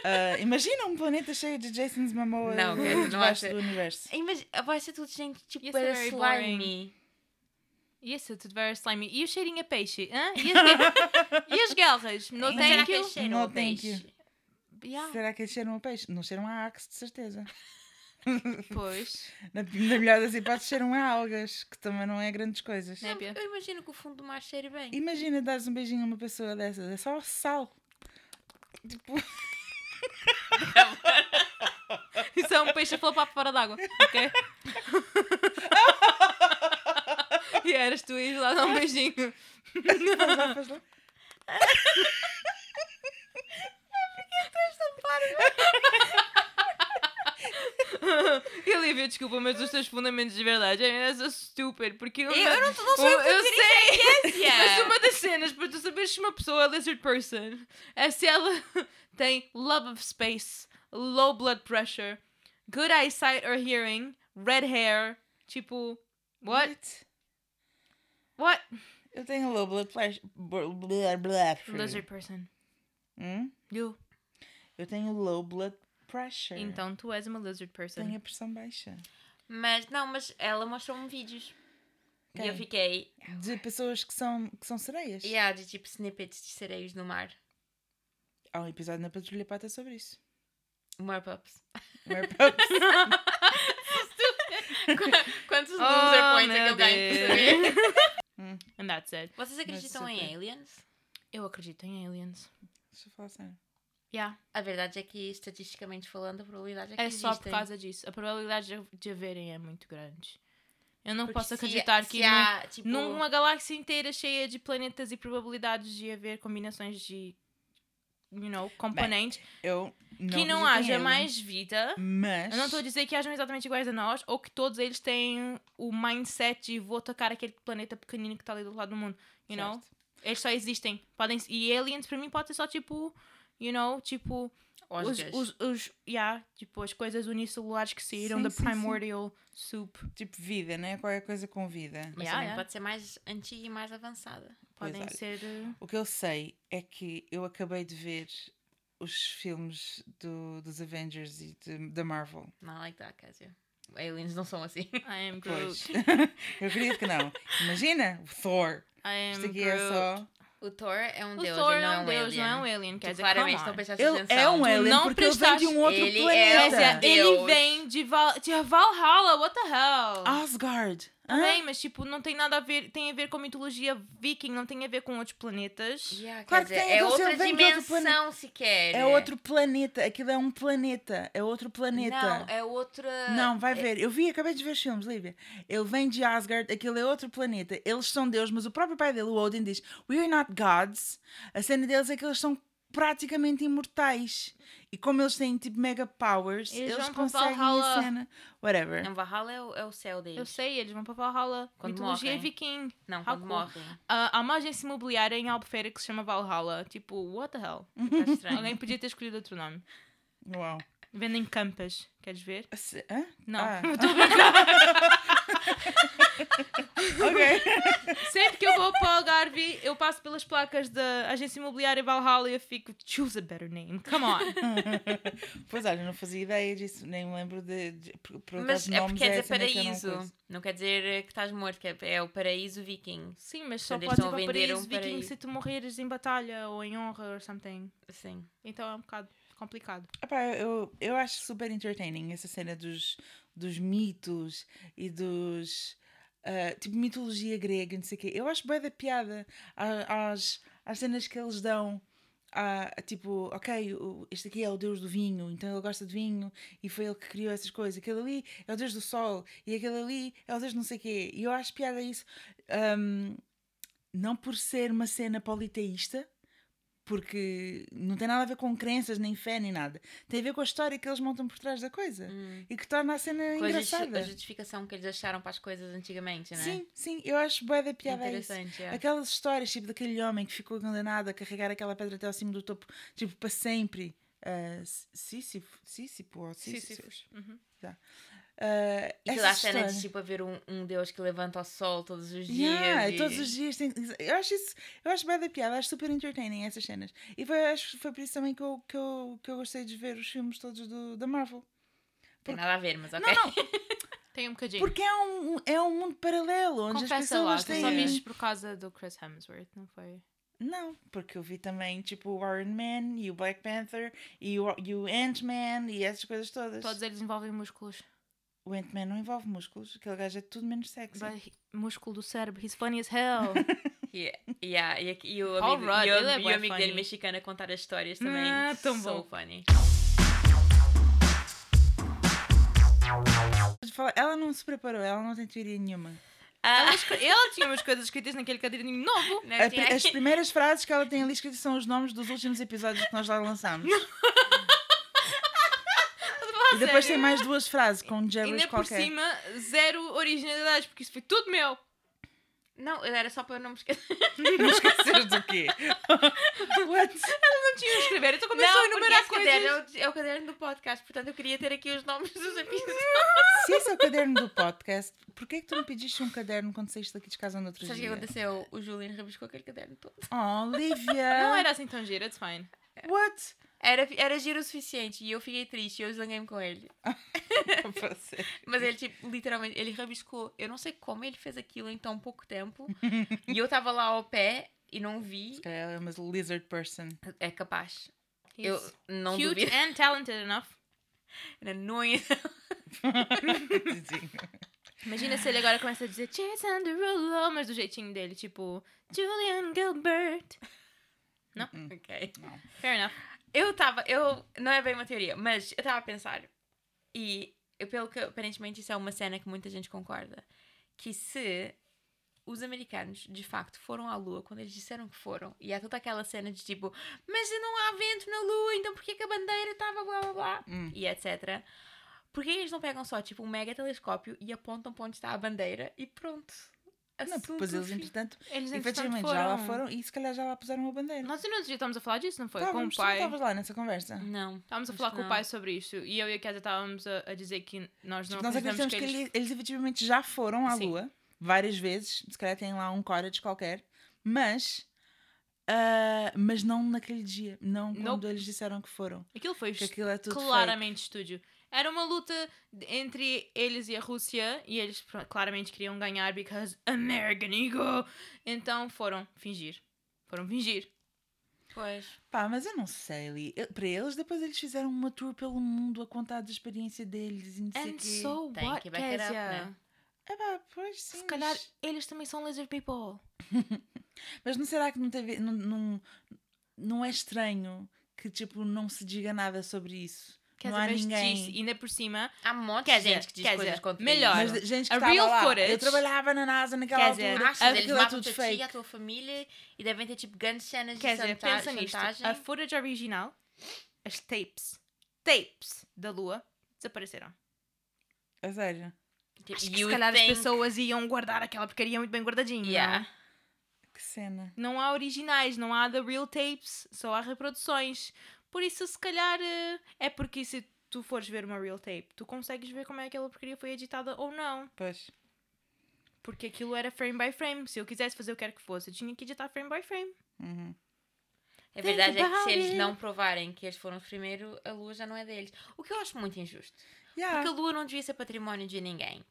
Speaker 3: Ah, imagina um planeta cheio de Jasons Momoa
Speaker 2: Não, quer dizer, não
Speaker 3: debaixo
Speaker 2: acho-
Speaker 3: do universo.
Speaker 2: Imagina, vai ser tudo gente, tipo,
Speaker 1: Ia ser
Speaker 2: era
Speaker 1: very
Speaker 2: slimy.
Speaker 1: boring. Isso, tudo very slimy. E o cheirinho a peixe? Hã? E, as guerras? e as guerras? No
Speaker 2: Mas será
Speaker 1: thank
Speaker 2: que
Speaker 1: you?
Speaker 2: eles cheiram
Speaker 3: No
Speaker 2: ao
Speaker 3: thank
Speaker 2: peixe?
Speaker 1: Yeah,
Speaker 3: Será que eles cheiram a peixe? Não cheiram a axe, de certeza.
Speaker 1: pois.
Speaker 3: Na, na melhor das hipóteses, cheiram a algas, que também não é grandes coisas.
Speaker 2: Não,
Speaker 1: Népia.
Speaker 2: eu imagino que o fundo do mar cheire bem.
Speaker 3: Imagina dares um beijinho a uma pessoa dessas, é só sal. Tipo, [laughs]
Speaker 1: Isso é um peixe a flopar fora d'água, ok? e eras tu e lá dar um beijinho.
Speaker 3: faz lá, faz lá.
Speaker 1: [laughs] E Lívia, desculpa, mas os teus fundamentos de verdade é so stupid, porque eu, Oh,
Speaker 2: Eu não, não sou
Speaker 1: eu, eu sei, [laughs] mas
Speaker 2: Yeah.
Speaker 1: uma das cenas para tu saberes se uma pessoa é lizard person é se ela [laughs] tem love of space, low blood pressure, good eyesight or hearing, red hair, tipo, what? What?
Speaker 3: Eu tenho low blood pressure. Blá, blá,
Speaker 1: Lizard person.
Speaker 3: Hum?
Speaker 1: You.
Speaker 3: Eu tenho low blood pressure.
Speaker 1: Então tu és uma lizard person.
Speaker 3: Tenho a pressão baixa.
Speaker 2: Mas não, mas ela mostrou-me vídeos. E eu
Speaker 3: Quem?
Speaker 2: fiquei.
Speaker 1: É
Speaker 3: De pessoas que são, que são sereias.
Speaker 2: Yeah, de tipo snippets de sereios no mar.
Speaker 3: Há um episódio na Patrulha Pata sobre isso. é
Speaker 2: More
Speaker 1: [laughs]
Speaker 2: pups.
Speaker 3: Where pups-
Speaker 2: Qu- Quantos
Speaker 1: Oh,
Speaker 2: loser points é que
Speaker 1: meu
Speaker 2: eu ganho por
Speaker 1: Deus.
Speaker 2: saber?
Speaker 3: Hum,
Speaker 1: And that's it.
Speaker 2: [laughs] Vocês acreditam em
Speaker 3: super.
Speaker 2: aliens?
Speaker 1: Eu acredito em aliens.
Speaker 3: [laughs] deixa eu falar sério.
Speaker 1: Yeah.
Speaker 2: A verdade é que, estatisticamente falando, a probabilidade é que
Speaker 1: É só por
Speaker 2: existem.
Speaker 1: causa disso. A probabilidade de- de haverem é muito grande. Eu não
Speaker 2: Porque
Speaker 1: posso
Speaker 2: se-
Speaker 1: acreditar
Speaker 2: se
Speaker 1: que num-
Speaker 2: há, tipo,
Speaker 1: numa galáxia inteira cheia de planetas e probabilidades de haver combinações de you know, componentes
Speaker 3: Eu não
Speaker 1: que não
Speaker 3: acredito em
Speaker 1: haja
Speaker 3: aliens,
Speaker 1: mais vida.
Speaker 3: Mas.
Speaker 1: Eu não estou a dizer que hajam exatamente iguais a nós ou que todos eles têm o mindset de vou atacar aquele planeta pequenino que está ali do lado do mundo. You know?
Speaker 3: Certo.
Speaker 1: Eles só existem. Podem, e aliens para mim pode ser só tipo, you know, tipo os,
Speaker 2: Osgas.
Speaker 1: os, os yeah, tipo as coisas unicelulares que saíram
Speaker 3: Sim,
Speaker 1: da
Speaker 3: sim, sim.
Speaker 1: primordial soup.
Speaker 3: Tipo vida, né? Qualquer coisa com vida.
Speaker 2: Mas
Speaker 1: Yeah,
Speaker 2: também
Speaker 1: yeah.
Speaker 2: pode ser mais antiga e mais avançada.
Speaker 3: Pois
Speaker 1: Podem
Speaker 3: olha.
Speaker 1: ser uh,
Speaker 3: O que eu sei é que eu acabei de ver os filmes do, dos Avengers e de- da Marvel.
Speaker 2: Not like that, Casio. Aliens não são
Speaker 1: [laughs]
Speaker 2: assim.
Speaker 1: I am Groot.
Speaker 3: Pois. [laughs] eu acredito que não. Imagina, o Thor.
Speaker 1: I am
Speaker 3: Isto aqui é
Speaker 1: Groot.
Speaker 3: só.
Speaker 2: O Thor é um
Speaker 1: O
Speaker 2: deus,
Speaker 1: Thor
Speaker 2: ele não
Speaker 1: é um deus,
Speaker 2: alien.
Speaker 1: não é um alien. Quer
Speaker 2: Tu
Speaker 1: dizer,
Speaker 2: claramente
Speaker 1: come
Speaker 2: não
Speaker 1: on.
Speaker 2: prestaste
Speaker 3: Ele
Speaker 2: atenção.
Speaker 3: é um alien
Speaker 1: não
Speaker 3: porque ele vem de um
Speaker 1: prestaste-
Speaker 3: outro
Speaker 2: Ele é
Speaker 1: Quer
Speaker 3: planeta.
Speaker 1: dizer, ele
Speaker 2: Deus.
Speaker 1: vem de, Val de Valhalla, what the hell?
Speaker 3: Ah, Asgard. Hã? É
Speaker 1: Também, mas tipo, não tem nada a ver, tem a ver com a mitologia viking, não tem a ver com outros planetas.
Speaker 2: Yeah,
Speaker 3: Claro
Speaker 2: quer
Speaker 3: que
Speaker 2: dizer, é
Speaker 3: tem, então, se
Speaker 2: outra
Speaker 3: ele vem de outro
Speaker 2: dimensão né? sequer.
Speaker 3: É outro planeta. Aquilo é um planeta. É outro
Speaker 2: Não,
Speaker 3: planeta.
Speaker 2: é outra.
Speaker 3: Não, vai ver. Eu vi, acabei de ver os filmes, Lívia. Ele vem de Asgard, aquilo é outro planeta. Eles são Deus, mas o próprio pai dele, o Odin, diz: We are not gods. A cena deles é que eles são praticamente imortais. E como eles têm tipo mega powers,
Speaker 1: Eles
Speaker 3: eles,
Speaker 1: vão para
Speaker 3: conseguem a
Speaker 1: Valhalla.
Speaker 3: cena. Whatever.
Speaker 2: Não, Valhalla é o, é o céu deles.
Speaker 1: Eu sei, eles vão para Valhalla,
Speaker 2: Quando
Speaker 1: mitologia
Speaker 2: morrem.
Speaker 1: viking.
Speaker 2: Não,
Speaker 1: How
Speaker 2: quando
Speaker 1: cool.
Speaker 2: morrem.
Speaker 1: Ah, há uma agência imobiliária em Albufeira que se chama Valhalla. Tipo, what the hell?
Speaker 3: [laughs]
Speaker 2: Tá estranho.
Speaker 1: Alguém podia ter escolhido outro nome.
Speaker 3: Uau.
Speaker 1: Vendem campas, queres ver? [laughs]
Speaker 3: Se- Hã?
Speaker 1: Não,
Speaker 3: Ah.
Speaker 1: estou a brincar.
Speaker 3: [laughs] ok.
Speaker 1: Sempre que eu vou para o Algarve, eu passo pelas placas da agência imobiliária Valhalla e eu fico, choose a better name, come on.
Speaker 3: Pois olha, não fazia ideia disso, nem me lembro de. de por- por
Speaker 2: Mas
Speaker 3: acaso
Speaker 2: é porque
Speaker 3: nomes,
Speaker 2: quer dizer
Speaker 3: essa nem que eu não
Speaker 2: paraíso. Não,
Speaker 3: conheço.
Speaker 2: quer dizer eh, que estás morto, que é, é o paraíso viking.
Speaker 1: [laughs] Sim, mas só
Speaker 2: Quando eles
Speaker 1: podes ir
Speaker 2: estão a
Speaker 1: para
Speaker 2: vender
Speaker 1: Paris,
Speaker 2: um
Speaker 1: viking,
Speaker 2: paraíso.
Speaker 1: se tu morreres em batalha ou em honra ou something.
Speaker 2: Sim.
Speaker 1: Então é um bocado complicado.
Speaker 3: Epá, eu, eu acho super entertaining essa cena dos, dos mitos e dos. ah, tipo, mitologia grega, e não sei o quê. Eu acho bem da piada a- às, às cenas que eles dão. a- a tipo, ok, o- este aqui é o deus do vinho, então ele gosta de vinho e foi ele que criou essas coisas. Aquele ali é o deus do sol e aquele ali é o deus de não sei o quê. E eu acho piada isso. ahm, não por ser uma cena politeísta, porque não tem nada a ver com crenças, nem fé, nem nada. Tem a ver com a história que eles montam por trás da coisa e que torna a cena
Speaker 2: Com a, justi-
Speaker 3: É engraçada.
Speaker 2: a justificação que eles acharam para as coisas antigamente, né?
Speaker 3: Sim, sim, eu acho boa da piada a isso.
Speaker 2: Interessante, é.
Speaker 3: Aquelas histórias, tipo, daquele homem que ficou condenado a carregar aquela pedra até ao cimo do topo, tipo, para sempre. Ah, Sísifo, Sísifo, ou Sísifo.
Speaker 1: Sísifos. Uhum.
Speaker 3: Ah,
Speaker 2: E toda
Speaker 3: essa
Speaker 2: a cena
Speaker 3: história.
Speaker 2: de tipo haver um, um Deus que levanta o sol todos os dias.
Speaker 3: Yeah,
Speaker 2: e-
Speaker 3: todos os dias tem... Eu acho isso, eu acho bem da piada, acho super entertaining essas cenas. E foi, acho que foi por isso também que eu, que eu, que eu gostei de ver os filmes todos do, da Marvel.
Speaker 2: Tem nada a ver, mas ok. [laughs]
Speaker 3: Não, não,
Speaker 1: Tem um bocadinho.
Speaker 3: porque é um, é um mundo paralelo onde as
Speaker 1: Confessa lá,
Speaker 3: pessoas
Speaker 1: tu só viste
Speaker 3: têm.
Speaker 1: por causa do Chris Hemsworth, não foi?
Speaker 3: Não, porque eu vi também tipo o Iron Man e o Black Panther e o, e o Ant-Man e essas coisas todas.
Speaker 1: Todos eles envolvem músculos.
Speaker 3: O Ant-Man não envolve músculos, aquele gajo é tudo menos sexy.
Speaker 1: Vai- músculo do cérebro, he's funny as hell.
Speaker 2: Yeah, yeah, E, aqui- e o
Speaker 1: Paul
Speaker 2: amigo,
Speaker 1: Rudd,
Speaker 2: e o,
Speaker 1: ele é
Speaker 2: e o
Speaker 1: bué
Speaker 2: amigo dele
Speaker 1: funny.
Speaker 2: mexicano a contar as histórias também.
Speaker 1: Ah, tão
Speaker 2: so
Speaker 1: bom.
Speaker 2: funny.
Speaker 3: Mas fala- Ela não se preparou, ela não tem teoria nenhuma.
Speaker 1: Ela
Speaker 2: Ah,
Speaker 1: escre- [laughs] Ele tinha umas coisas escritas naquele caderninho novo.
Speaker 2: não,
Speaker 3: A
Speaker 2: tinha
Speaker 3: pri- as
Speaker 2: aqui-
Speaker 3: primeiras frases que ela tem ali escritas são os nomes dos últimos episódios que nós lá lançámos. [laughs] E depois tem mais duas frases com
Speaker 1: Ainda
Speaker 3: gibberish
Speaker 1: por
Speaker 3: qualquer.
Speaker 1: cima, zero originalidade, porque isso foi tudo meu. é-
Speaker 2: Não, era só para eu não me esquecer.
Speaker 3: [laughs] Não esqueces do quê? [laughs] What?
Speaker 1: Não tinha a escrever, então começou a
Speaker 2: Não, porque
Speaker 1: enumerar
Speaker 2: esse
Speaker 1: coisas.
Speaker 2: caderno é o, é o caderno do podcast, portanto eu queria ter aqui os nomes dos episódios.
Speaker 3: Se esse é o caderno do podcast, porquê é que tu me pediste um caderno quando saíste daqui de casa no outro
Speaker 2: Sabe o que
Speaker 3: dia?
Speaker 2: aconteceu? O Julian rabiscou aquele caderno todo.
Speaker 3: Oh, Olivia!
Speaker 1: [laughs] Não era assim tão gira, it's fine. [laughs]
Speaker 3: What?
Speaker 2: Era, era giro o suficiente e eu fiquei triste e eu zanguei-me com ele.
Speaker 3: Você.
Speaker 2: Mas ele, tipo, literalmente, ele rabiscou. Eu não sei como ele fez aquilo em tão pouco tempo. e eu tava lá ao pé e não vi.
Speaker 3: Se calhar é uma lizard [laughs] person.
Speaker 2: É capaz.
Speaker 1: He's
Speaker 2: Eu não
Speaker 1: cute
Speaker 2: duvido.
Speaker 1: and talented enough.
Speaker 2: Era noia. [laughs]
Speaker 1: Imagina se ele agora começa a dizer Cheers Derulo, mas do jeitinho dele, tipo Julian Gilbert.
Speaker 2: ok.
Speaker 1: Fair enough.
Speaker 2: Eu tava. Eu, não é bem uma teoria, mas eu tava a pensar. E eu, pelo que aparentemente isso é uma cena que muita gente concorda. Que se os americanos de facto foram à Lua quando eles disseram que foram, e há toda aquela cena de tipo, mas se não há vento na Lua, então por que, que a bandeira tava blá blá blá?
Speaker 3: Hum.
Speaker 2: E etc. Por que eles não pegam só, tipo, um mega telescópio e apontam para onde está a bandeira e pronto?
Speaker 3: Não, porque depois
Speaker 2: Assunto
Speaker 3: eles,
Speaker 2: fim.
Speaker 3: entretanto,
Speaker 1: Eles entretanto
Speaker 3: efetivamente
Speaker 1: foram...
Speaker 3: já lá foram e se calhar já lá puseram a bandeira.
Speaker 1: Nós ainda estávamos a falar disso, não foi?
Speaker 3: Estávamos,
Speaker 1: com
Speaker 3: tu
Speaker 1: o
Speaker 3: não
Speaker 1: pai.
Speaker 3: estavas lá nessa conversa.
Speaker 2: Não.
Speaker 1: Estávamos a
Speaker 2: Acho
Speaker 1: falar
Speaker 2: que
Speaker 1: com o
Speaker 2: não.
Speaker 1: pai sobre isto e eu e a Kézia estávamos a, a dizer que nós não
Speaker 3: Tipo, Nós
Speaker 1: acreditamos
Speaker 3: acreditamos que, ele- eles efetivamente já foram à
Speaker 1: Sim.
Speaker 3: Lua várias vezes, se calhar tem lá um cottage qualquer, mas, ah, mas não naquele dia, não quando
Speaker 1: Nope.
Speaker 3: eles disseram que foram.
Speaker 1: Aquilo foi
Speaker 3: Que aquilo é tudo fake.
Speaker 1: claramente estúdio. Era uma luta de- entre eles e a Rússia e eles pr- claramente queriam ganhar because American ego. Então foram fingir. Foram fingir.
Speaker 2: Pois.
Speaker 3: Pá, mas eu não sei ali. Eu- Para eles, depois eles fizeram uma tour pelo mundo a contar da experiência deles e não sei o
Speaker 1: And
Speaker 3: quê.
Speaker 1: so
Speaker 2: Tem
Speaker 1: what,
Speaker 2: que back it up,
Speaker 1: Kézia?
Speaker 2: né?
Speaker 3: É pá, pois sim.
Speaker 1: Se calhar
Speaker 3: mas-
Speaker 1: eles também são lizard people.
Speaker 3: Mas não será que não teve. Não, não, não é estranho que, tipo, não se diga nada sobre isso?
Speaker 1: Quer
Speaker 3: não há
Speaker 1: dizer, mas
Speaker 3: ninguém.
Speaker 1: disse, ainda por cima,
Speaker 2: Há um monte
Speaker 1: Quer
Speaker 2: de gente
Speaker 1: dizer-
Speaker 2: que diz
Speaker 1: quer
Speaker 2: coisas
Speaker 1: dizer,
Speaker 2: contra
Speaker 1: melhor.
Speaker 3: Mas
Speaker 2: isso.
Speaker 3: de- gente que
Speaker 1: A
Speaker 3: estava
Speaker 1: real
Speaker 3: lá. Eu
Speaker 1: footage-
Speaker 3: trabalhava na NASA naquela
Speaker 1: Quer dizer,
Speaker 3: altura.
Speaker 2: Achas,
Speaker 1: Ah,
Speaker 2: eles
Speaker 3: aquilo é
Speaker 2: matam
Speaker 3: tudo
Speaker 2: a tia, a
Speaker 3: fake.
Speaker 2: tua família e devem ter tipo grandes cenas
Speaker 1: quer
Speaker 2: de
Speaker 1: dizer,
Speaker 2: chanta-
Speaker 1: pensa nisto.
Speaker 2: chantagem.
Speaker 1: A footage original, as tapes, tapes da lua, desapareceram.
Speaker 3: A sério.
Speaker 2: Tipo,
Speaker 1: Acho que
Speaker 2: you
Speaker 1: se calhar
Speaker 2: think-
Speaker 1: as pessoas iam guardar aquela porcaria muito bem guardadinha.
Speaker 2: Yeah.
Speaker 3: Que cena.
Speaker 1: Não há originais, não há the real tapes, só há reproduções. Por isso, se calhar, eh, é porque se tu fores ver uma real tape, tu consegues ver como é que aquela porcaria foi editada ou não.
Speaker 3: Pois.
Speaker 1: Porque aquilo era frame by frame. Se eu quisesse fazer o que quer que fosse, eu tinha que editar frame by frame.
Speaker 3: Uhum.
Speaker 2: A
Speaker 1: Think
Speaker 2: verdade é que se
Speaker 1: about
Speaker 2: eles
Speaker 1: it.
Speaker 2: não provarem que eles foram os primeiros, a lua já não é deles. O que eu acho muito injusto.
Speaker 3: Yeah.
Speaker 2: Porque a lua não devia ser património de ninguém.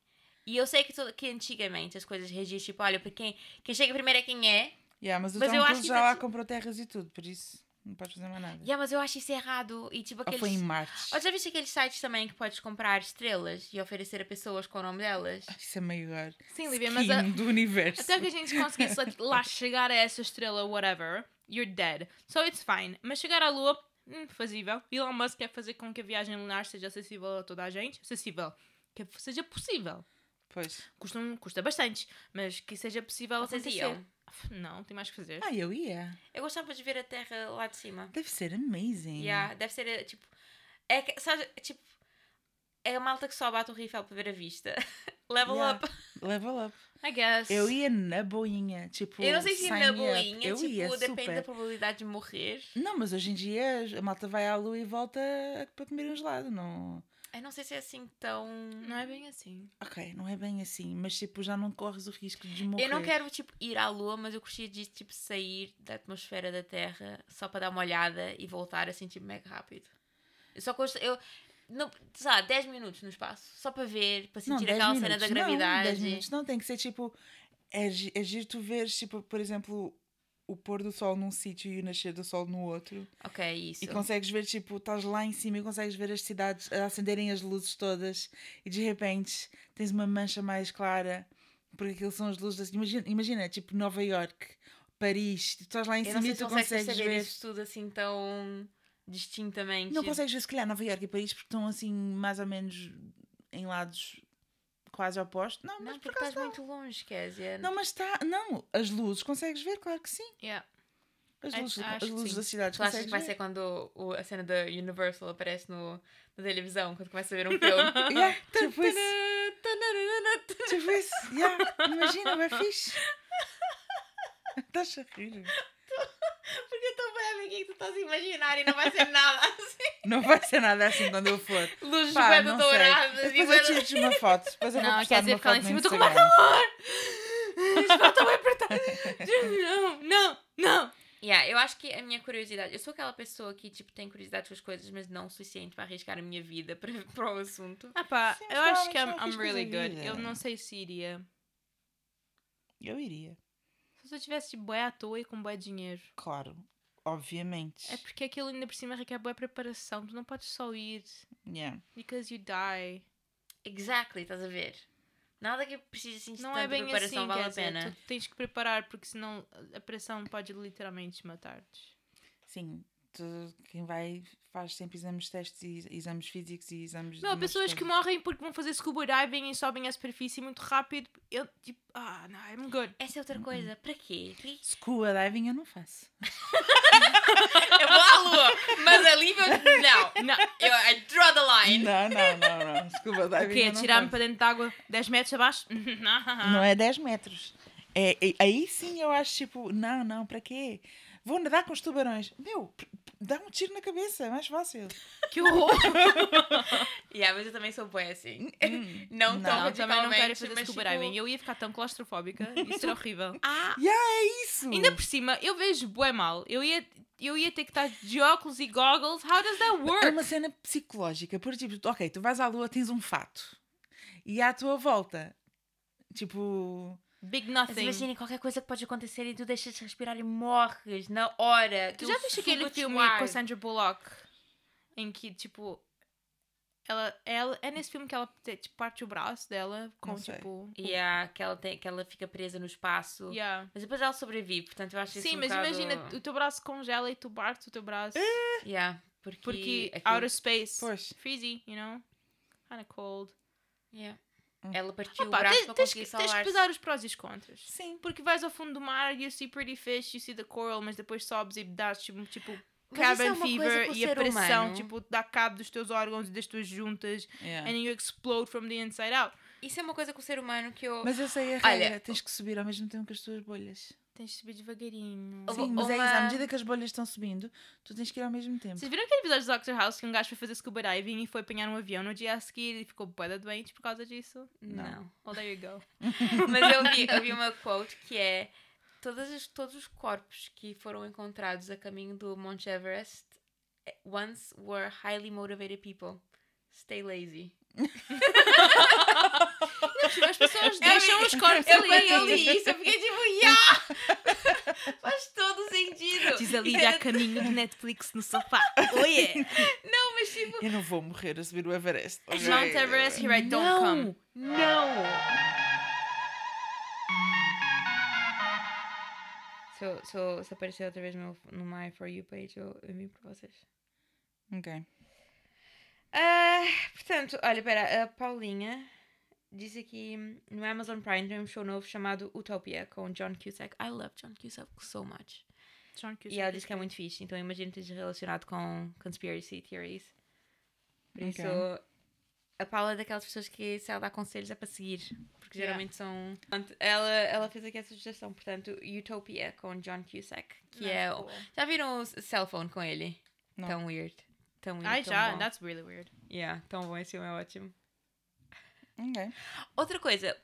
Speaker 2: E eu sei que, toda- que antigamente as coisas registram, tipo, olha, para quem, quem chega primeiro é quem é.
Speaker 3: Yeah, mas o
Speaker 2: Mas
Speaker 3: Tom
Speaker 2: eu acho
Speaker 3: Cruise
Speaker 2: que
Speaker 3: já
Speaker 2: isso é
Speaker 3: lá
Speaker 2: ti-
Speaker 3: comprou terras e tudo, por isso não podes fazer mais
Speaker 1: é
Speaker 3: nada.
Speaker 2: Yeah, mas eu acho isso errado. E tipo,
Speaker 3: Ou
Speaker 2: aqueles.
Speaker 3: Oh, foi em Marte.
Speaker 2: Ou já viste aqueles sites também que podes comprar estrelas e oferecer a pessoas com o nome delas?
Speaker 3: Isso é maior.
Speaker 1: Sim, Lívia,
Speaker 3: Skin
Speaker 1: mas a-
Speaker 3: do universo.
Speaker 1: até que a gente conseguisse lá- lá chegar a essa estrela, whatever, you're dead. So it's fine. Mas chegar à Lua, hum, fazível. Elon Musk quer fazer com que a viagem lunar seja acessível a toda a gente. Acessível. Que seja possível.
Speaker 3: Pois.
Speaker 1: Custa, um- custa bastante, mas é que seja possível
Speaker 2: Vocês
Speaker 1: acontecer.
Speaker 2: iam.
Speaker 1: Não, tem mais que fazer.
Speaker 3: Ah, eu ia.
Speaker 2: Eu gostava de ver a Terra lá de cima.
Speaker 3: Deve ser amazing.
Speaker 2: Yeah, deve ser, eh, tipo... É que, sabe, tipo... É a malta que só bate o rifle para ver a vista. [laughs] Level
Speaker 3: Yeah.
Speaker 2: up.
Speaker 3: Level up.
Speaker 1: I guess.
Speaker 3: Eu ia na boinha. Tipo,
Speaker 2: Eu não sei se
Speaker 3: sign
Speaker 2: na
Speaker 3: me up.
Speaker 2: boinha,
Speaker 3: Eu
Speaker 2: tipo,
Speaker 3: ia,
Speaker 2: depende
Speaker 3: super.
Speaker 2: da probabilidade de morrer.
Speaker 3: Não, mas hoje em dia a malta vai à lua e volta para comer um gelado. Não...
Speaker 2: Eu não sei se é assim tão...
Speaker 1: Não é bem assim.
Speaker 3: Ok, não é bem assim, mas tipo, já não corres o risco de morrer.
Speaker 2: Eu não quero, tipo, ir à lua, mas eu gostaria de, tipo, sair da atmosfera da Terra só para dar uma olhada e voltar, assim, tipo, mega rápido. Eu só gosto... Eu, não, sei lá, 10 minutos no espaço. Só para ver, para sentir
Speaker 3: 10
Speaker 2: aquela cena da
Speaker 3: minutos, Não, 10
Speaker 2: gravidade.
Speaker 3: minutos não, tem que ser tipo. É, gi- é giro tu veres, tipo, por exemplo, o pôr do sol num sítio e o nascer do sol no outro.
Speaker 2: ok, isso.
Speaker 3: E consegues ver, tipo, estás lá em cima e consegues ver as cidades a acenderem as luzes todas e de repente tens uma mancha mais clara, porque aquilo são as luzes. Das... Imagina, imagina, tipo, Nova York, Paris, tu estás lá em
Speaker 2: Eu não
Speaker 3: cima
Speaker 2: sei
Speaker 3: e
Speaker 2: se
Speaker 3: tu
Speaker 2: consegues
Speaker 3: consegues
Speaker 2: saber
Speaker 3: ver.
Speaker 2: isso tudo assim tão distintamente.
Speaker 3: Não consegues ver, se calhar, Nova York e Paris, porque estão assim, mais ou menos em lados quase opostos. Não, mas
Speaker 2: Não,
Speaker 3: por
Speaker 2: porque
Speaker 3: acaso
Speaker 2: estás muito longe, é. Kézia.
Speaker 3: Não, mas está. Não, as luzes consegues ver, claro que sim.
Speaker 1: Yeah.
Speaker 3: As
Speaker 1: Acho-
Speaker 3: luzes,
Speaker 1: acho
Speaker 3: as
Speaker 1: que
Speaker 3: luzes
Speaker 1: sim.
Speaker 3: das cidades
Speaker 2: Tu achas
Speaker 3: consegues
Speaker 2: que vai
Speaker 3: ver.
Speaker 2: ser quando o- a cena da Universal aparece no, na televisão, quando começa a ver um filme? [laughs]
Speaker 3: Yeah, tipo isso, tipo isso. Yeah, imagina, vai fixe. Estás a rir.
Speaker 2: Porque eu estou bem a ver o que é que tu estás a imaginar e não vai ser nada [laughs] é assim.
Speaker 3: Não vai ser nada assim quando eu for.
Speaker 2: Luzes
Speaker 3: Pá,
Speaker 2: bué
Speaker 3: não
Speaker 2: douradas
Speaker 3: sei.
Speaker 2: e
Speaker 3: Depois eu
Speaker 2: bué-
Speaker 3: tiro-te uma foto. Depois eu vou
Speaker 1: Não,
Speaker 3: postar
Speaker 1: quer dizer
Speaker 3: uma
Speaker 1: ficar lá
Speaker 3: foto
Speaker 1: em cima.
Speaker 3: no
Speaker 1: Estou com uma
Speaker 3: Instagram.
Speaker 1: calor! [laughs] Isto está bem apertado! Não, [laughs] não, não!
Speaker 2: Yeah, eu acho que a minha curiosidade... Eu sou aquela pessoa que, tipo, tem curiosidade com as coisas, mas não o suficiente para arriscar a minha vida para, [laughs] para o assunto.
Speaker 1: Ah pá,
Speaker 3: Sim,
Speaker 1: eu acho que
Speaker 3: provavelmente
Speaker 1: I'm,
Speaker 3: não
Speaker 1: I'm
Speaker 3: fiz
Speaker 1: really
Speaker 3: coisa
Speaker 1: good.
Speaker 3: errada.
Speaker 1: Eu não sei se iria.
Speaker 3: Eu iria.
Speaker 1: Se eu tivesse boé à toa e com boé dinheiro.
Speaker 3: Claro. Obviamente.
Speaker 1: É porque aquilo ainda por cima requer boé preparação. Tu não podes só ir.
Speaker 3: Yeah.
Speaker 1: Because you die.
Speaker 2: Exactly, estás a ver? Nada que precise assim de
Speaker 1: Não
Speaker 2: tanta
Speaker 1: é bem assim,
Speaker 2: preparação vale
Speaker 1: quer
Speaker 2: a
Speaker 1: dizer,
Speaker 2: pena.
Speaker 1: tu tens que preparar porque senão a pressão pode literalmente matar-te.
Speaker 3: Sim. tu- quem vai faz sempre exames de testes e exames físicos e exames
Speaker 1: Não, há
Speaker 3: de
Speaker 1: pessoas
Speaker 3: umas
Speaker 1: que
Speaker 3: coisas.
Speaker 1: morrem porque vão fazer scuba diving e sobem à superfície muito rápido. Eu, tipo, ah, não, I'm good.
Speaker 2: Essa é outra coisa. Para quê? é
Speaker 3: Scuba diving eu não faço.
Speaker 2: [laughs] Eu vou à lua, mas ali eu...
Speaker 1: [laughs]
Speaker 2: Não.
Speaker 1: Não,
Speaker 2: Eu, I draw the line.
Speaker 3: Não, não, não, não. Scuba diving
Speaker 1: o quê?
Speaker 3: eu não
Speaker 1: Tirar-me
Speaker 3: faço.
Speaker 1: para dentro de água 10 metros abaixo? [laughs]
Speaker 3: Não é 10 metros. É, é- aí sim eu acho tipo, não, não, para quê? Vou nadar com os tubarões. Meu, p- p- dá um tiro na cabeça, é mais fácil.
Speaker 1: Que horror!
Speaker 2: Yeah, mas eu também sou boa assim.
Speaker 3: Hum.
Speaker 2: Não,
Speaker 3: Não,
Speaker 2: tão
Speaker 1: Não, eu também não quero ir
Speaker 2: radicalmente,
Speaker 1: fazer
Speaker 2: mas
Speaker 1: scuba
Speaker 2: tipo,
Speaker 1: diving. Eu ia ficar tão [laughs] claustrofóbica. Isso era horrível.
Speaker 2: [laughs] Ah,
Speaker 3: Isso!
Speaker 1: Ainda por cima, eu vejo bué mal. Eu ia, eu ia ter que estar de óculos e goggles. How does that
Speaker 3: É
Speaker 1: work?
Speaker 3: uma cena psicológica, por tipo, tu- ok, tu vais à lua, tens um fato. E à tua volta, tipo,
Speaker 1: Big
Speaker 2: mas
Speaker 1: nothing.
Speaker 2: imagina qualquer coisa que pode acontecer e tu deixas de respirar e morres na hora.
Speaker 1: Tu já viste aquele filme com a Sandra Bullock? Em que, tipo... Ela, ela, é nesse filme que ela te- tipo, parte o braço dela com,
Speaker 3: Não sei.
Speaker 1: tipo... o-
Speaker 2: Yeah, que ela, tem, que ela fica presa no espaço.
Speaker 1: Yeah.
Speaker 2: Mas depois ela sobrevive, portanto eu acho isso
Speaker 1: Sim,
Speaker 2: um
Speaker 1: mas
Speaker 2: bocado-
Speaker 1: imagina, o teu braço congela e tu partes o teu braço.
Speaker 2: É. Yeah, porque...
Speaker 1: Porque
Speaker 2: aquilo-
Speaker 1: outer space.
Speaker 3: pois.
Speaker 1: Freezy, you know? Kinda cold.
Speaker 2: Yeah.
Speaker 3: Hum.
Speaker 2: Ela partiu
Speaker 1: Pá,
Speaker 2: o braço
Speaker 1: tens,
Speaker 2: para
Speaker 1: tens,
Speaker 2: conseguir
Speaker 1: que- tens que
Speaker 2: salvar-se.
Speaker 1: pesar os prós e os contras.
Speaker 3: Sim.
Speaker 1: Porque vais ao fundo do mar, you see pretty fish, you see the coral, mas depois sobes e dás tipo, tipo
Speaker 2: Mas isso é
Speaker 1: cabin
Speaker 2: uma coisa com
Speaker 1: fever
Speaker 2: o
Speaker 1: e a
Speaker 2: ser
Speaker 1: pressão,
Speaker 2: humano.
Speaker 1: tipo, dá cabo dos teus órgãos e das tuas juntas
Speaker 3: Yeah.
Speaker 1: and you explode from the inside out.
Speaker 2: Isso é uma coisa com o ser humano que eu...
Speaker 3: Mas eu sei a
Speaker 2: Olha-
Speaker 3: regra, tens que subir ao mesmo tempo que as tuas bolhas.
Speaker 1: Tens de subir devagarinho.
Speaker 2: Houve
Speaker 3: Sim, mas é isso.
Speaker 2: uma-
Speaker 3: À medida que as bolhas estão subindo, tu tens que ir ao mesmo tempo.
Speaker 1: Vocês viram aquele episódio do Doctor House que um gajo foi fazer scuba diving e foi apanhar um avião no dia a seguir e ficou boeda doente por causa disso?
Speaker 2: Não.
Speaker 1: Well, there you go.
Speaker 2: [laughs] Mas eu vi, eu vi uma quote que é: todas as- Todos os corpos que foram encontrados a caminho do Mount Everest eh, once were highly motivated people. Stay lazy.
Speaker 1: [laughs] As pessoas
Speaker 2: Eu
Speaker 1: deixam
Speaker 2: li-
Speaker 1: os corpos
Speaker 2: Eu,
Speaker 1: ali.
Speaker 2: quando eu [laughs] li isso, eu fiquei tipo, yeah!
Speaker 1: [laughs]
Speaker 2: Faz todo sentido.
Speaker 1: Diz a
Speaker 2: Isso
Speaker 1: Lídia
Speaker 2: era-
Speaker 1: a caminho de Netflix no sofá. Oh yeah!
Speaker 2: Não, mas tipo.
Speaker 3: Eu não vou morrer a subir o Everest. ok?
Speaker 1: Mount Everest, here I don't come.
Speaker 2: Não! Se, eu- se, eu- se aparecer outra vez no, no My For You page, eu, eu envio para vocês.
Speaker 3: Ok.
Speaker 2: Ah, portanto, olha, pera, a Paulinha disse aqui no Amazon Prime tem um show novo chamado Utopia com John Cusack. I love John Cusack so much.
Speaker 1: John Cusack.
Speaker 2: E ela disse que é muito fixe, então eu imagino que esteja relacionado com conspiracy theories. Por
Speaker 3: Ok.
Speaker 2: isso, a Paula é daquelas pessoas que se ela dá conselhos é para seguir, porque
Speaker 1: Yeah.
Speaker 2: geralmente são. Pronto, Ela, ela fez aqui essa sugestão, portanto, Utopia com John Cusack, que
Speaker 1: Não,
Speaker 2: é.
Speaker 1: cool.
Speaker 2: Já viram o s- cell phone com ele?
Speaker 3: Não.
Speaker 2: Tão weird. Tão weird.
Speaker 1: Ai
Speaker 2: tão
Speaker 1: já,
Speaker 2: bom.
Speaker 1: that's really weird.
Speaker 2: Yeah, tão bom, esse filme é ótimo.
Speaker 1: [laughs]
Speaker 3: Ok.
Speaker 2: Outra coisa,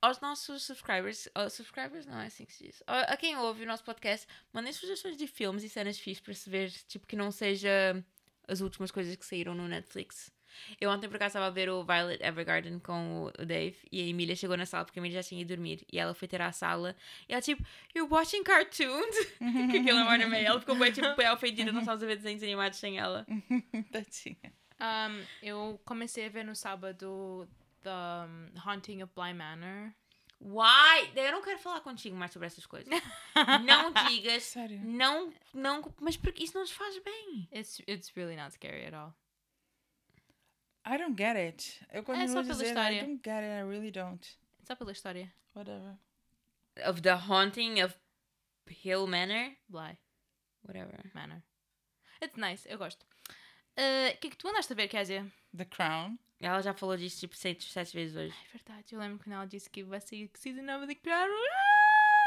Speaker 2: aos nossos subscribers, ó, subscribers não é assim que se diz, Ó, a quem ouve o nosso podcast, mandem sugestões de filmes e cenas fixes para se ver, tipo, que não seja as últimas coisas que saíram no Netflix. Eu ontem por acaso estava a ver o Violet Evergarden com o- o Dave e a Emília chegou na sala porque a Emília já tinha ido dormir e ela foi ter à sala e ela tipo, You're watching cartoons? [laughs] que aquela hora meio, ela ficou bem tipo, bem ofendida, não estávamos a ver desenhos animados sem ela.
Speaker 1: Tá
Speaker 3: Tadinha.
Speaker 1: Um, eu comecei a ver no sábado The um, Haunting of Bly Manor.
Speaker 2: Why? Eu não quero falar contigo mais sobre essas coisas. Não digas
Speaker 3: Sério.
Speaker 2: Não, não, mas porque isso não nos faz bem.
Speaker 1: It's, it's really not scary at all.
Speaker 3: I don't get it. Eu continuo
Speaker 1: É só
Speaker 3: a
Speaker 1: pela
Speaker 3: dizer,
Speaker 1: história.
Speaker 3: I don't get it, I really don't.
Speaker 1: Só pela história.
Speaker 3: Whatever.
Speaker 2: Of the haunting of Hill Manor?
Speaker 1: Bly
Speaker 2: Whatever.
Speaker 1: Manor. It's nice, eu gosto. Uh, O que é que tu andaste a ver, Kézia?
Speaker 3: The Crown.
Speaker 2: Ela já falou disso tipo sete, sete vezes hoje.
Speaker 1: É verdade, eu lembro quando ela disse que vai sair Season 9 de Crown.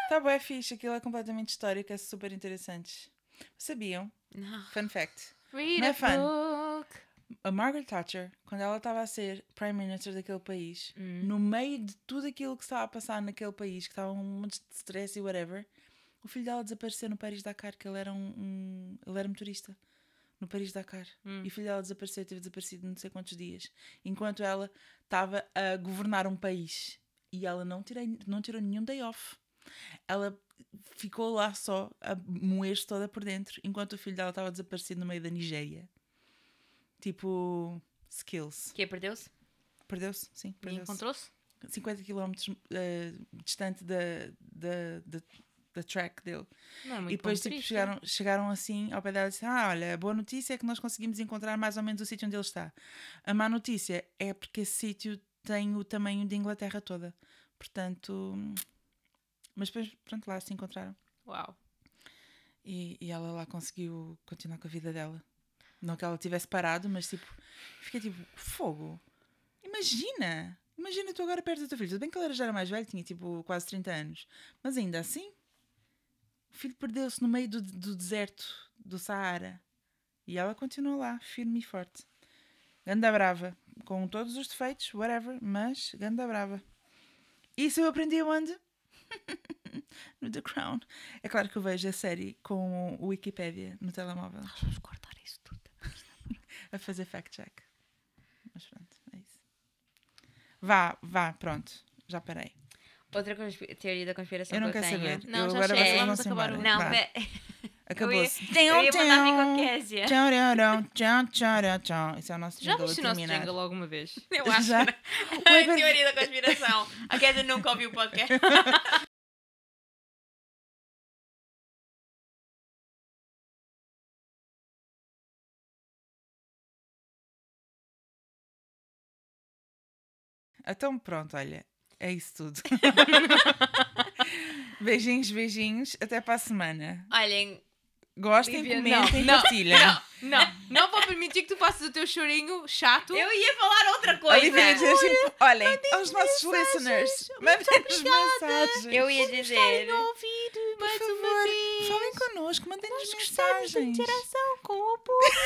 Speaker 3: Tá bom, é fixe. Aquilo é completamente histórico, é super interessante. Sabiam?
Speaker 2: Não.
Speaker 3: Fun fact.
Speaker 1: Read
Speaker 3: Não
Speaker 1: a
Speaker 3: é fun.
Speaker 1: book.
Speaker 3: A Margaret Thatcher, quando ela estava a ser Prime Minister daquele país,
Speaker 1: Hum.
Speaker 3: no meio de tudo aquilo que estava a passar naquele país, que estava um monte de stress e whatever, o filho dela desapareceu no Paris-Dakar, que ele era um, um- ele era motorista no Paris-Dakar.
Speaker 1: Hum.
Speaker 3: E o filho dela desapareceu, teve desaparecido não sei quantos dias, enquanto ela estava a governar um país. E ela não, tirei, não tirou nenhum day off. Ela ficou lá só a moer-se toda por dentro, enquanto o filho dela estava desaparecido no meio da Nigéria. Tipo, skills.
Speaker 2: Que é perdeu-se?
Speaker 3: Perdeu-se? Sim,
Speaker 1: E
Speaker 3: perdeu-se.
Speaker 1: encontrou-se?
Speaker 3: 50 km distante da, da, da, da track dele.
Speaker 1: Não é muito
Speaker 3: e depois
Speaker 1: bom
Speaker 3: tipo,
Speaker 1: turista.
Speaker 3: chegaram, chegaram assim ao pé dela e disseram: Ah, olha, a boa notícia é que nós conseguimos encontrar mais ou menos o sítio onde ele está. A má notícia é porque esse sítio tem o tamanho de Inglaterra toda. Portanto. Mas depois, pronto, lá se encontraram.
Speaker 1: Uau.
Speaker 3: E, e ela lá conseguiu continuar com a vida dela. Não que ela tivesse parado, mas tipo, fiquei tipo, fogo. Imagina! Imagina tu agora perto do teu filho. Tudo bem que ele era- já era mais velho, tinha tipo quase 30 anos. Mas ainda assim, o filho perdeu-se no meio do, do deserto do Saara. E ela continuou lá, firme e forte. Ganda brava. Com todos os defeitos, whatever, mas ganda brava. Isso eu aprendi onde? [laughs] no The Crown. É claro que eu vejo a série com o Wikipédia no telemóvel
Speaker 2: Nós vamos cortar isso tudo.
Speaker 3: [laughs] a fazer fact-check. Mas pronto, é isso. Vá, vá, pronto. Já parei.
Speaker 2: Outra conspi- teoria da conspiração
Speaker 3: Eu não
Speaker 2: que eu
Speaker 3: quero
Speaker 2: tenho.
Speaker 3: saber.
Speaker 1: Não,
Speaker 3: eu
Speaker 1: já
Speaker 3: agora
Speaker 1: chega,
Speaker 3: vocês
Speaker 1: vamos
Speaker 3: vão-se
Speaker 1: acabar
Speaker 3: embora.
Speaker 1: o-
Speaker 2: Não,
Speaker 3: Vá,
Speaker 2: pera.
Speaker 3: Acabou-se. um
Speaker 2: Eu ia mandar vir com a
Speaker 3: Tcharam, [laughs]
Speaker 2: Késia.
Speaker 3: tcharam, tcharam, tcharam, tcharam. Esse é o nosso
Speaker 1: Já
Speaker 3: jingle a
Speaker 1: viste o nosso
Speaker 3: terminar.
Speaker 1: jingle alguma
Speaker 3: [laughs]
Speaker 1: vez?
Speaker 2: Eu acho. né?
Speaker 3: Já?
Speaker 2: que- [laughs]
Speaker 3: Oi,
Speaker 2: a
Speaker 3: per-
Speaker 2: teoria da conspiração. A Késia nunca ouviu o
Speaker 3: [laughs]
Speaker 2: podcast.
Speaker 3: Então pronto, olha. É isso tudo. beijinhos, beijinhos. Até para a semana.
Speaker 2: Olhem,
Speaker 3: Gostem,
Speaker 1: Lívia,
Speaker 3: comentem e
Speaker 1: não, não,
Speaker 3: partilhem.
Speaker 1: Não, não vou permitir que tu faças o teu chorinho chato.
Speaker 2: eu ia falar outra
Speaker 3: A
Speaker 2: coisa.
Speaker 3: Lívia ia dizer assim, olhem, aos nossos listeners, mandem-nos mensagens.
Speaker 2: Eu ia dizer.
Speaker 1: no ouvido. e mais
Speaker 3: Por
Speaker 1: uma
Speaker 3: favor,
Speaker 1: vez.
Speaker 3: Falem connosco, mandem-nos
Speaker 1: Nós gostamos de
Speaker 3: mensagens.
Speaker 1: interação com o
Speaker 3: [laughs]
Speaker 1: público.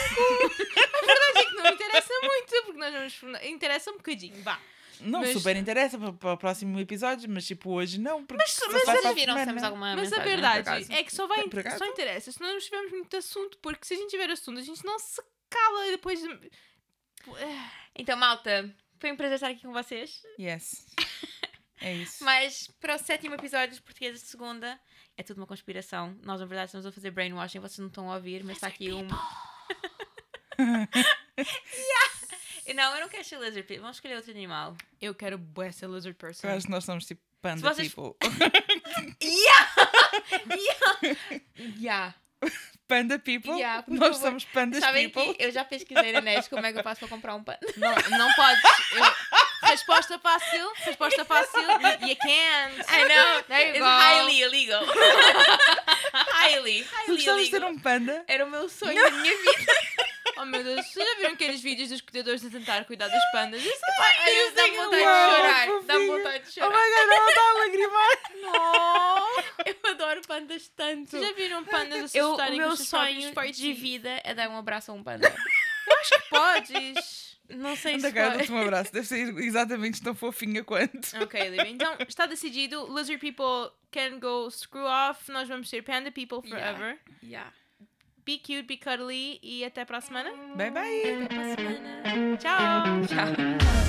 Speaker 1: a verdade é que não interessa muito, porque nós vamos. Interessa um bocadinho, vá.
Speaker 3: Não
Speaker 1: Mas-
Speaker 3: super interessa para, para o próximo episódio, mas tipo hoje não. Porque
Speaker 2: Mas,
Speaker 3: só
Speaker 2: mas
Speaker 3: sai para
Speaker 2: vocês
Speaker 3: a
Speaker 2: viram se
Speaker 3: semana.
Speaker 2: temos alguma
Speaker 1: Mas a
Speaker 2: mensagem, Ah, por
Speaker 1: verdade
Speaker 2: acaso?
Speaker 1: é que só, vai,
Speaker 3: Por acaso?
Speaker 1: só interessa se nós tivermos muito assunto, porque se a gente tiver assunto, a gente não se cala e depois.
Speaker 2: Então, malta, foi um prazer estar aqui com vocês.
Speaker 3: Yes. É isso.
Speaker 2: [laughs] Mas para o sétimo episódio dos Portugueses de Segunda, é tudo uma conspiração. Nós, na verdade, estamos a fazer brainwashing, vocês não estão a ouvir, mas está aqui um. [laughs] E Não, eu não quero ser lizard people. Vamos escolher outro animal.
Speaker 1: Eu quero bué ser lizard person.
Speaker 3: Eu acho que nós somos tipo panda,
Speaker 2: Se vocês-
Speaker 3: people. [laughs]
Speaker 2: Yeah.
Speaker 3: Panda people.
Speaker 2: Yeah, por
Speaker 3: nós
Speaker 2: favor.
Speaker 3: somos pandas
Speaker 2: Sabem
Speaker 3: people.
Speaker 2: que eu já pesquisei na net como é que eu faço para comprar um [laughs] panda.
Speaker 1: Não, não podes. Eu- Resposta fácil, resposta fácil. You can't.
Speaker 2: [laughs] I know.
Speaker 1: There you
Speaker 2: It's
Speaker 1: go.
Speaker 2: highly illegal. [laughs] highly,
Speaker 3: [laughs]
Speaker 2: highly
Speaker 3: Gostamos de ter
Speaker 2: illegal.
Speaker 3: um panda.
Speaker 2: Era o meu sonho da minha vida.
Speaker 1: Oh meu Deus, vocês já viram aqueles vídeos dos cuidadores a tentar cuidar dos pandas? Isso é
Speaker 2: Ai, Deus, dá
Speaker 1: Deus,
Speaker 2: vontade de
Speaker 3: uau,
Speaker 2: chorar. Dá
Speaker 3: fofinho.
Speaker 2: vontade de
Speaker 3: Oh my
Speaker 2: chorar.
Speaker 3: god, ela está a
Speaker 2: [laughs]
Speaker 3: lagrimar.
Speaker 2: Eu adoro pandas tanto.
Speaker 1: Vocês já viram pandas
Speaker 2: Eu, o
Speaker 1: assustarem com
Speaker 2: meu
Speaker 1: os seus próprios
Speaker 2: sonho de
Speaker 1: peitinhos?
Speaker 2: vida é dar um abraço a um panda.
Speaker 1: Podes.
Speaker 2: Não sei
Speaker 3: Anda
Speaker 2: se
Speaker 3: cá, eu
Speaker 2: pode.
Speaker 3: dou-te um abraço. Deve ser exatamente tão fofinha quanto.
Speaker 1: Ok, Olivia. Então, está decidido. Lizard people can go screw off. Nós vamos ser panda people
Speaker 2: Yeah.
Speaker 1: forever.
Speaker 2: [laughs] Yeah.
Speaker 1: Be cute,
Speaker 2: Hum.
Speaker 1: be cuddly e até para a semana.
Speaker 3: Bye bye.
Speaker 2: Até pra semana.
Speaker 1: Tchau!
Speaker 2: Tchau.